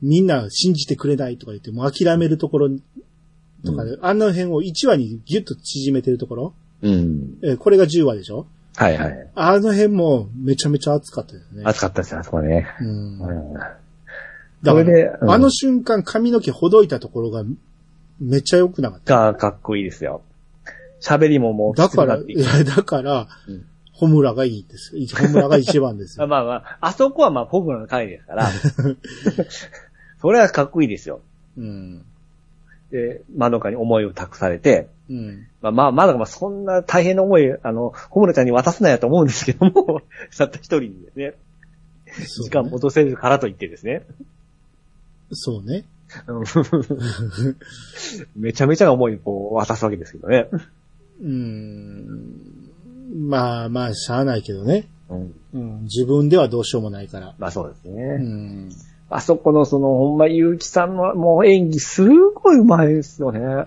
S1: みんな信じてくれないとか言って、もう諦めるところとかで、あの辺を1話にギュッと縮めてるところ、
S3: うん。
S1: えーこれが10話でしょ
S3: はいはい。
S1: あの辺もめちゃめちゃ熱かったですね。
S3: 暑かったですね、あそこね。
S1: うん。
S3: うん。
S1: だ
S3: そ
S1: か
S3: れで
S1: ら、
S3: うん
S1: あの瞬間髪の毛ほどいたところがめっちゃ良くなかった。
S3: が、かっこいいですよ。喋りももう、
S1: だから、
S3: きつくなって
S1: い
S3: きて
S1: や、だから
S3: うん、
S1: ホムラがいいです。ホムラが一番です
S3: あ
S1: よ。
S3: まあまあ、あそこはまあ、フォグラの回ですから。それはかっこいいですよ。
S1: うん。
S3: で、まどかに思いを託されて、
S1: うん。
S3: まあまあ、まだまあそんな大変な思い、あの、ホムラちゃんに渡すなやと思うんですけども、たった一人にですね、
S1: そうね
S3: 時間戻せるからと言ってですね、
S1: そうね。
S3: あのめちゃめちゃな思いをこう渡すわけですけどね。
S1: うーんまあまあ、しゃあないけどね。
S3: うん、
S1: うん、自分ではどうしようもないから。
S3: まあそうですね。
S1: うん、
S3: あそこのその、ほんま、ゆうきさんのもう演技すごい上手いですよね。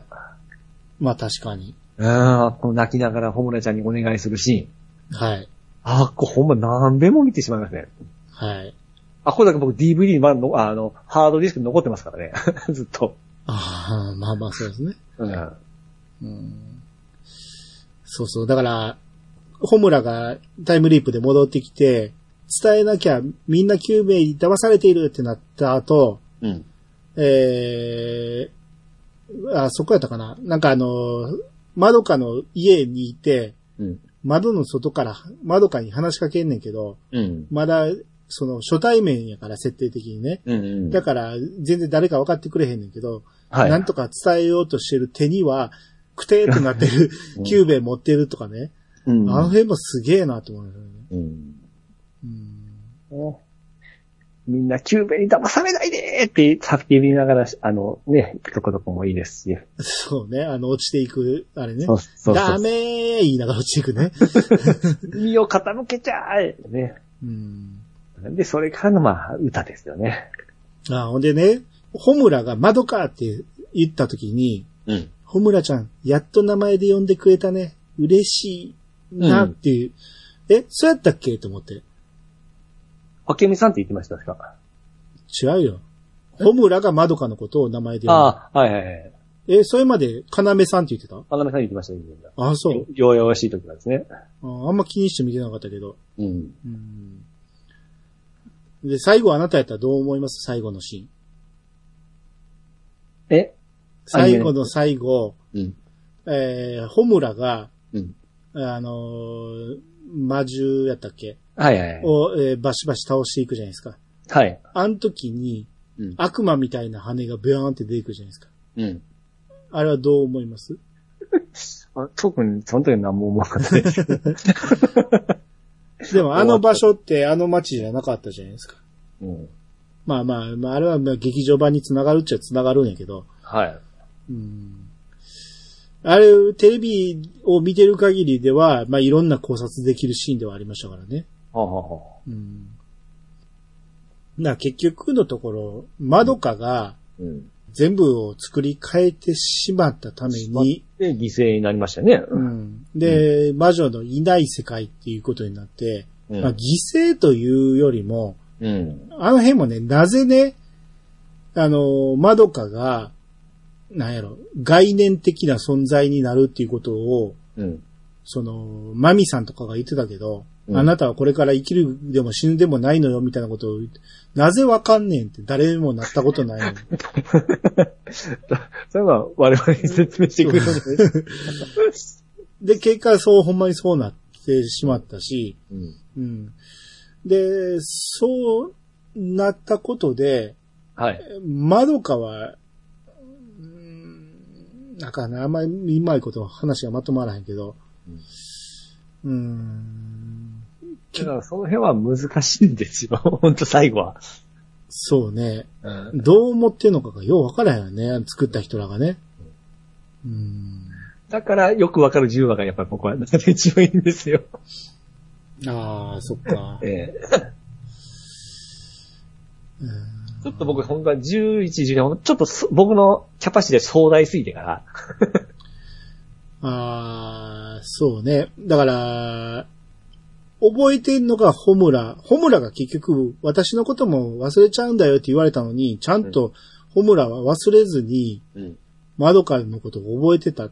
S1: まあ確かに。
S3: ああ、この泣きながらホムラちゃんにお願いするシーン。
S1: はい。
S3: ああ、これほんま何べも見てしまいますね。
S1: はい。
S3: あ、これだけ僕 DVD にまだの、あの、ハードディスクに残ってますからね。 ずっと。
S1: ああ、まあまあそうですね。
S3: うん。
S1: うん、そうそう。だから、ホムラがタイムリープで戻ってきて、伝えなきゃみんな9名に騙されているってなった後、
S3: うん。
S1: えー、あ、そこやったかな。なんかあの、まどかの家にいて、
S3: うん。
S1: 窓の外から、窓かに話しかけんねんけど、
S3: うん。
S1: まだ、その、初対面やから、設定的にね。
S3: うん
S1: だから、全然誰か分かってくれへんねんけど、
S3: はい。
S1: なんとか伝えようとしてる手には、くてーってなってる
S3: う ん
S1: キューベ持ってるとかね。
S3: うん
S1: あの辺もすげえなと思うよね。
S3: うん。
S1: うん。
S3: みんなキューベに騙されないでーって叫びながら、あの、ね、とことこもいいですし。
S1: そうね、あの、落ちていく、あれね。
S3: そうそうそう。
S1: ダメー言いながら落ちていく ね。
S3: 身を傾けちゃえね。
S1: うん。
S3: で、それからの、まあ、歌ですよね。
S1: あ、ほんでね、ホムラが窓かって言った時に、
S3: うん。
S1: ホムラちゃん、やっと名前で呼んでくれたね。嬉しいなっていう。え、そうやったっけと思って。
S3: あけみさんって言ってました、確か。
S1: 違うよ。ホムラがまどかのことを名前で呼ん
S3: ああ、はいはいはい。
S1: で。え、それまで、かなめさんって言ってた
S3: あなめさん言ってました、言ってまし
S1: あ、そう
S3: た。弱々しい時なんですね。
S1: あ。あんま気にして見てなかったけど。
S3: うん。
S1: うん。で、最後あなたやったらどう思います最後のシーン。
S3: え
S1: 最後の最後、
S3: うん。
S1: えー、ホムラが、
S3: うん。
S1: あのー、魔獣やったっけ
S3: はいはいはい。
S1: を、えーバシバシ倒していくじゃないですか。
S3: はい。
S1: あの時に、
S3: うん。
S1: 悪魔みたいな羽がビャーンって出てくるじゃないですか。
S3: うん。
S1: あれはどう思い ます
S3: あ特に、その時は何も思わなかったです。
S1: でもあの場所ってあの街じゃなかったじゃないですか。
S3: うん。
S1: まあまあ、まあ、あれはまあ劇場版につながるっちゃつながるんやけど。
S3: はい。
S1: うん。あれ、テレビを見てる限りでは、まあ、いろんな考察できるシーンではありましたからね。
S2: はあはあはあ。
S1: うん。な、結局のところ、まどかが
S2: うん。
S1: 全部を作り変えてしまったために、
S2: で、犠牲になりましたね。
S1: うん、で、魔女のいない世界っていうことになって、
S2: うん
S1: まあ、犠牲というよりも、
S2: うん。
S1: あの辺もね、なぜね、あの、まどかが、なんやろ、概念的な存在になるっていうことを、
S2: うん。
S1: その、マミさんとかが言ってたけど、
S2: うん
S1: あなたはこれから生きるでも死ぬでもないのよ、みたいなことを言って、なぜわかんねんって誰もなったこと ないのに。
S2: それは我々に説明してくれるので。
S1: で、結果そう、ほんまにそうなってしまったし、
S2: うん。
S1: うん。で、そうなったことで、
S2: はい。
S1: まどかは、うーんなんかね、あんまりうまいこと話がまとまらへんけど、うーん、
S2: だからその辺は難しいんですよ。 本当最後は。
S1: そうね。
S2: うん。
S1: どう思ってんのかがようわからへんよね。作った人らがね。うーん。
S2: だからよくわかる10話がやっぱり僕はなんか一番いいんですよ。
S1: ああ、そっか。
S2: ええ
S1: うん
S2: ちょっと僕、本当は11、12、ちょっとそ僕のキャパシティが壮大すぎてから、
S1: ああ、そうね。だから、覚えてんのがホムラ。ホムラが結局、私のことも忘れちゃうんだよって言われたのに、ちゃんとホムラは忘れずに、
S2: うん。
S1: マドカのことを覚えてた。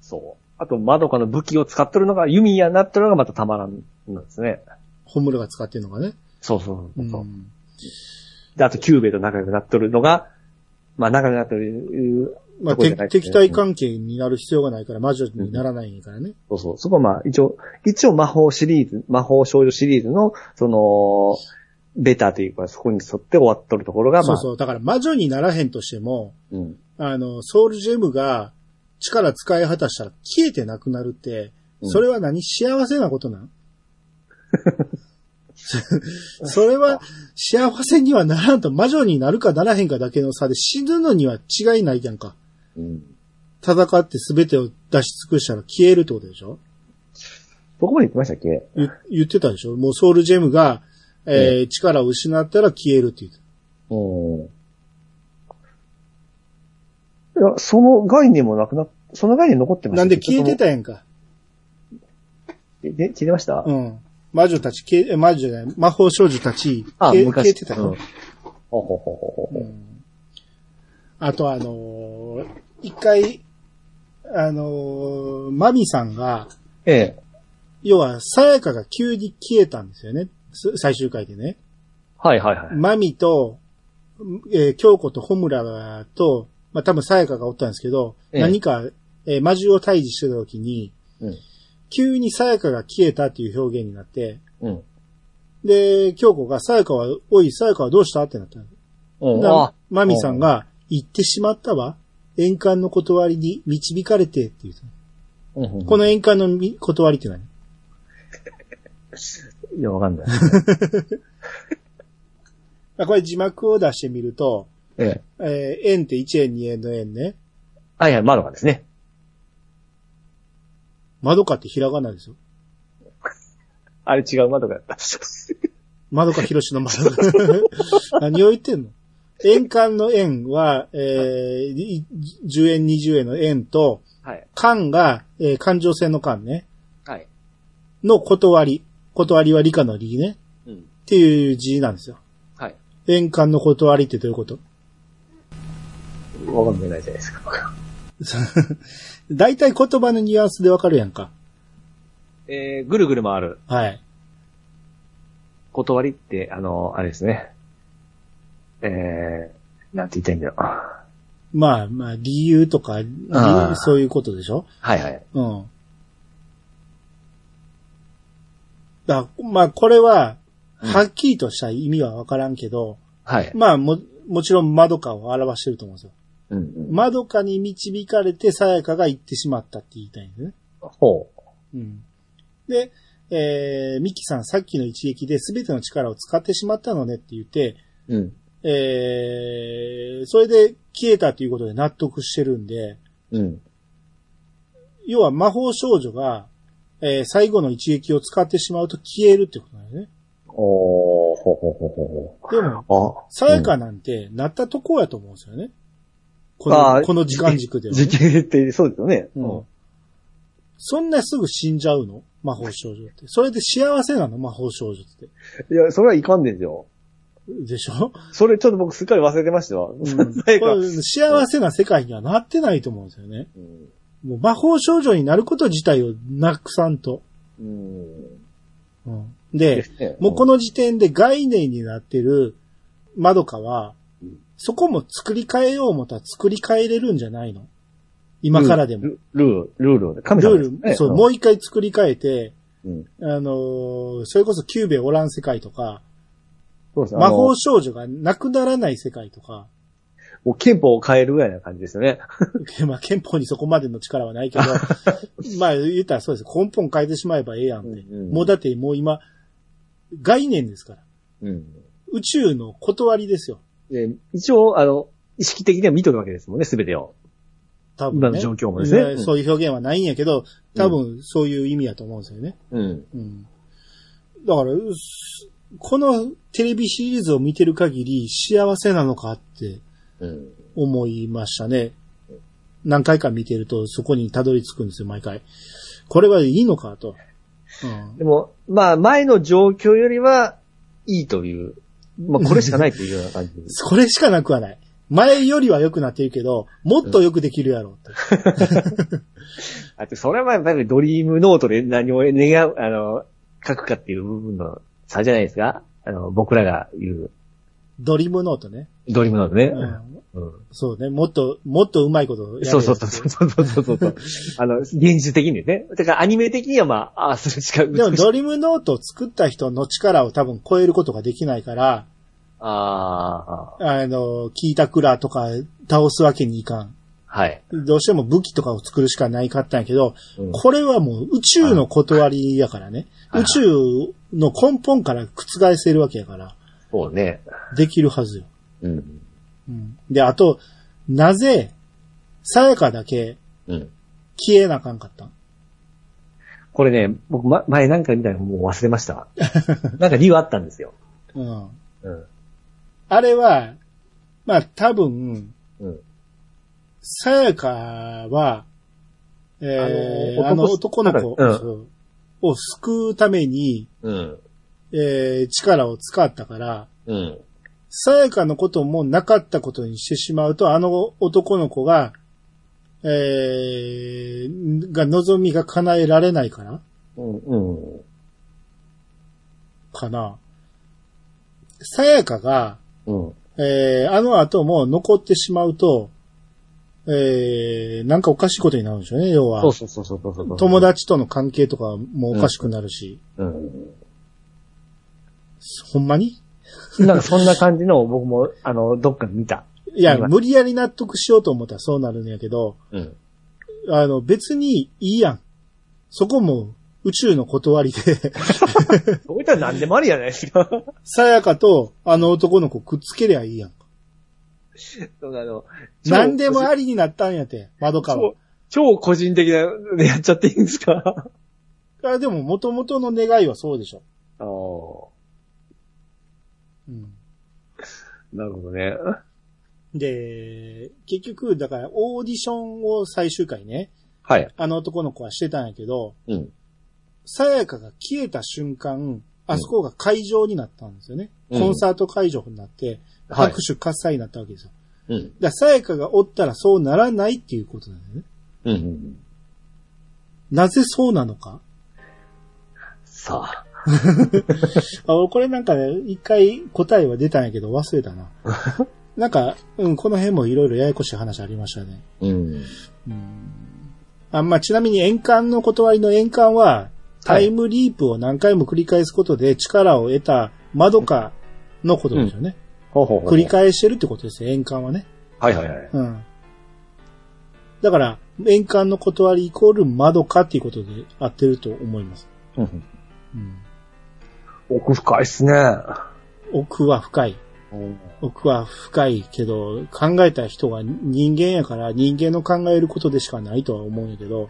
S2: そう。あと、まどかの武器を使ってるのが、弓矢になってるのがまたたまらんのですね。
S1: ホムラが使ってるのがね。
S2: そうそうそうそう、
S1: ん
S2: で、あと、キューベと仲良くなっとるのが、まあ、仲良くなっとる、
S1: まあ、
S2: とこじ
S1: て
S2: ゃない
S1: 敵対関係になる必要がないから魔女にならないからね。
S2: そうそう。そこはまあ、一応、一応魔法シリーズ、魔法少女シリーズの、その、ベターというか、そこに沿って終わっとるところが、ま
S1: そ
S2: あ、
S1: うそう。だから魔女にならへんとしても、
S2: うん。
S1: あの、ソウルジェムが力使い果たしたら消えてなくなるって、
S2: うん
S1: それは何幸せなこと なん それは幸せにはならんと魔女になるかならへんかだけの差で死ぬのには違いないやんか。
S2: うん。
S1: 戦って全てを出し尽くしたら消えるってことでしょ
S2: どこまで行きましたっけ
S1: 言言ってたでしょもうソウルジェムが、えー力を失ったら消えるって言って
S2: うん。いや、その概念もなくなっ、その概念残って
S1: た。
S2: ました
S1: なんで消えて
S2: た
S1: たやんか。
S2: え、で消えてました、
S1: うん。魔女たち、消ええ魔女じゃない、魔法少女たち、
S2: あ、
S1: 消え
S2: 昔。
S1: 消えてたやん
S2: うんほほほほほ
S1: あとあのー一回、あのーマミさんが、
S2: ええ。
S1: 要は、さやかが急に消えたんですよね。す最終回でね。
S2: はいはいはい。
S1: マミと、えー京子とホムラと、まあ、多分さやかがおったんですけど、
S2: ええ
S1: 何か、えー魔獣を退治してた時に、
S2: うん。
S1: 急にさやかが消えたっていう表現になって、
S2: うん。
S1: で、京子がさやかは、おい、さやかはどうしたってなったの
S2: うん。
S1: だ
S2: あ
S1: マミさんが、言ってしまったわ。円環の断りに導かれてって言うた。
S2: うん
S1: この円環のみ断りって何
S2: いや、わかんない。
S1: あこれ字幕を出してみると、
S2: ええ。
S1: えー円って1円2円の円ね。
S2: はいはい、まどかですね。
S1: 窓かってひらがなですよ。
S2: あれ違うまどかだった。
S1: 窓か広しの窓 か。 何を言ってんの円環の円は、えーい10円20円の円と、
S2: はい。
S1: 環が、えー環状線の環ね。
S2: はい。
S1: の断り。断りは理科の理ね。
S2: うん。
S1: っていう字なんですよ。
S2: はい。
S1: 円環の断りってどういうこと
S2: わかんないじゃないですか。
S1: 大体言葉のニュアンスでわかるやんか。
S2: えー、ぐるぐる回る。
S1: はい。
S2: 断りって、あの、あれですね。えー、なんて言いたいんだろう。は
S1: まあまあ、理由とか、理
S2: あー
S1: そういうことでしょ
S2: いはい。
S1: うん。だまあ、これは、
S2: うん
S1: はっきりとした意味はわからんけど、
S2: はい。
S1: まあ、も、もちろん、まどかを表してると思うんですよ。
S2: うんうん。
S1: まどかに導かれて、さやかが行ってしまったって言いたいんですね。
S2: ほう。
S1: うん。で、えー、ミキさん、さっきの一撃で全ての力を使ってしまったのねって言って、
S2: うん。
S1: えー、それで消えたということで納得してるんで、
S2: うん。
S1: 要は魔法少女が、えー最後の一撃を使ってしまうと消えるってことなんよね。
S4: おー、ほほほほ
S1: でも、
S4: ほ。あ、
S1: さやかなんて、なったとこやと思うんですよね。こ
S2: あ
S1: の、
S2: ー
S1: この時間軸ではね、
S2: 時系ってそうですよね。
S1: うん。そんなすぐ死んじゃうの魔法少女って。それで幸せなの魔法少女って。
S2: いや、それはいかんでしょ。
S1: でしょ、
S2: それちょっと僕すっかり忘れてましたわ。
S1: うん、 こ
S2: さやか
S1: れ幸せな世界にはなってないと思うんですよね。
S2: うん
S1: もう魔法少女になること自体をなくさんと。
S2: うん。
S1: うん、
S2: で
S1: で、
S2: すね
S1: もうこの時点で概念になってるまどかは
S4: うん、
S1: そこも作り変えよう思ったら作り変えれるんじゃないの今からでも。
S2: ルルール、ルールをね、神
S1: ル
S2: 様
S1: ー
S2: です
S1: ル、
S2: ね。
S1: そう、もう一回作り変えて、
S4: うん
S1: あのーそれこそキューベおらん世界とか、
S2: そうですね。
S1: 魔
S2: 魔法
S1: 法少女がなくならない世界とか、
S2: 憲法を変えるぐらいな感じですよね。
S1: まあ憲法にそこまでの力はないけど、まあ言ったらそうです。根本変えてしまえばええやんって。
S4: うんうん
S1: もうだってもう今、概念ですから。
S4: うん。
S1: 宇宙の断りですよ。
S2: で一応、あの、意識的には見とるわけですもんね、すべてを。
S1: 多分、ね。
S2: 今の状況もですね。
S1: ねそういう表現はないんやけど、多分そういう意味やと思うんですよね。
S4: うん。
S1: うん。だから、うっすこのテレビシリーズを見てる限り幸せなのかって
S4: うん。
S1: 思いましたね。何回か見てるとそこにたどり着くんですよ、毎回。これはいいのかと。うん
S2: でも、まあ、前の状況よりは、いいという。まあ、これしかないというような 感じです。
S1: これしかなくはない。前よりは良くなってるけど、もっと良くできるやろうと。
S2: あと、それはやっぱりドリームノートで何を願う、あの、書くかっていう部分の差じゃないですかあの、僕らが言う、
S1: ドリームノートね。
S2: ドリームノートね
S1: う。ん、
S2: うん。
S1: そうね。もっと、もっとうまいことやれよ
S2: そうそうそうそうそうそうそうそう。あの、現実的にね。だからアニメ的にはまあ、ああするし
S1: で
S2: か
S1: も、
S2: 美しい。
S1: ドリームノートを作った人の力を多分超えることができないから、
S2: ああ、
S1: あの、キータクラとか倒すわけにいかん。
S2: はい。
S1: どうしても武器とかを作るしかないかったんやけど、
S2: うん
S1: これはもう宇宙の断りやからね。
S2: はい
S1: 宇宙の根本から覆せるわけやから、
S2: そうね。
S1: できるはずよ。
S4: うん。
S1: うん、で、あと、なぜ、さやかだけ
S4: うん。
S1: 消えなあかんかったん
S2: これね、僕、ま、前なんか見たのもう忘れました わ。なんか理由あったんですよ。
S1: うん。
S2: うん。
S1: あれは、まあ多分、
S4: うん
S1: さやかは、えー、あ
S2: あ
S1: の
S2: の
S1: 男
S2: 男
S1: の子、
S2: うん
S1: そうを救うために、
S4: うん。
S1: えー力を使ったから、
S4: うん。
S1: さやかのこともなかったことにしてしまうと、あの男の子が、えー、が望みが叶えられないから
S2: うん、うん。
S1: かな。さやかが、
S4: うん。
S1: えー、あの後も残ってしまうと、えー、なんかおかしいことになるんでしょうね、要は
S2: そう。そうそうそうそうそう。
S1: 友。達との関係とかもおかしくなるし、
S4: うん。
S1: ほんまに
S2: なんかそんな感じのを僕も、あの、どっかで見た。
S1: いや、
S2: 今
S1: 無理やり納得しようと思ったらそうなるんやけど、
S4: うん。
S1: あの、別にいいやん。そこも宇宙の断りで、
S2: 僕たら何でもありじゃないです か。
S1: さやかとあの男の子くっつけりゃいいやん。
S2: そうあの、
S1: なんでもありになったんやて、窓かは
S2: 超。超個人的なのやっちゃっていいんですか
S1: あでも元々の願いはそうでしょ。
S2: ああ。
S1: うん
S2: なるほどね。
S1: で、結局、だから、オーディションを最終回ね、
S4: はい。
S1: あの男の子はしてたんやけど、
S4: うん。
S1: さやかが消えた瞬間、あそこが会場になったんですよね。
S4: うん
S1: コンサート会場になって、
S4: はい
S1: 拍手喝采になったわけですよ。
S4: うん。
S1: だから、さやかがおったらそうならないっていうことなんだよね。
S4: うん。
S1: なぜそうなのか
S2: さあ。
S1: あ、俺これなんかね、一回答えは出たんやけど忘れ たな。なんか、うん、この辺もいろいろややこしい話ありましたね。
S4: うん。
S1: あ、まあ、ちなみに円環の断りの円環は、タイムリープを何回も繰り返すことで力を得たマドカのことですよね。
S4: ほうほうほう。
S1: 繰り返してるってことですよ、円環はね。
S4: はいはいはい。
S1: うん。だから、円環の断りイコールマドカっていうことで合ってると思います。
S4: うん。
S1: うん。
S2: 奥深いっすね。
S1: 奥は深い。奥は深いけど、考えた人が人間やから、人間の考えることでしかないとは思うんやけど、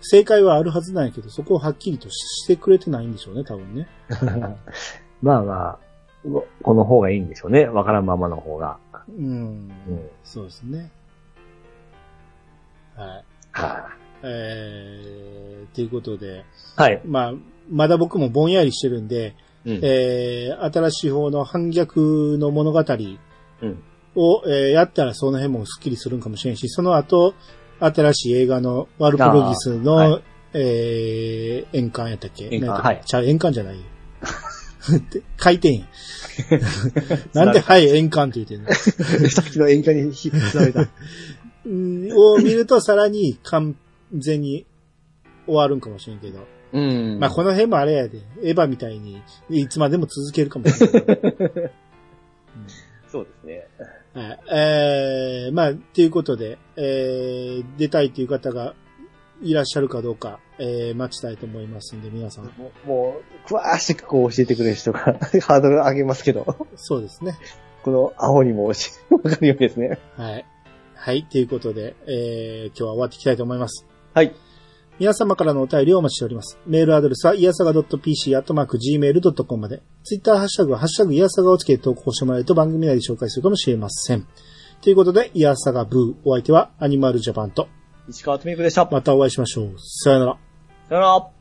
S1: 正解はあるはずなんやけど、そこをはっきりとししてくれてないんでしょうね、多分ね。
S3: まあまあ、うこの方がいいんでしょうね。わからんままの方が。
S1: うん。
S3: うん。
S1: そうですね。はい。
S3: は
S1: えー、ということで、
S3: い。はい。
S1: まあ、まだ僕もぼんやりしてるんで、
S3: うん
S1: えー、新しい方の反逆の物語
S3: うん
S1: を、えーやったらその辺もスッキリするんかもしれんし、その後、新しい映画のワルプロギスの、
S3: あー
S1: えー、円環やったっけ
S3: 円環
S1: なんやったっけ
S3: はい
S1: ちゃう、円環じゃないよ。って回転や。なんで、はい、円環って言ってんの
S3: さっきの演歌に引き継が れた。
S1: うんを見るとさらに完全に終わるんかもしれんけど。
S3: うん
S1: まあこの辺もあれやで、エヴァみたいにいつまでも続けるかもしれ ない。
S3: そうですね。
S1: はいえー、まあ、ということで、えー、出たいという方がいらっしゃるかどうか、えー、待ちたいと思いますんで、皆さん。
S3: もう、もう詳しくこう教えてくれる人がハードル上げますけど、
S1: そうですね。
S3: この青にも教え、わかるようにですね。
S1: はい。はい、ということで、えー、今日は終わっていきたいと思います。
S3: はい。
S1: 皆様からのお便りをお待ちしております。メールアドレスは、いやさが .pc、アットマーク、gmail.com まで。ツイッターハッシュタグは、ハッシュタグ、いやさがをつけて投稿してもらえると番組内で紹介するかもしれません。ということで、いやさがブー、お相手は、アニマルジャパンと、
S2: 石川とみゆくでした。さ
S1: またお会いしましょう。さよなら。
S2: よなら。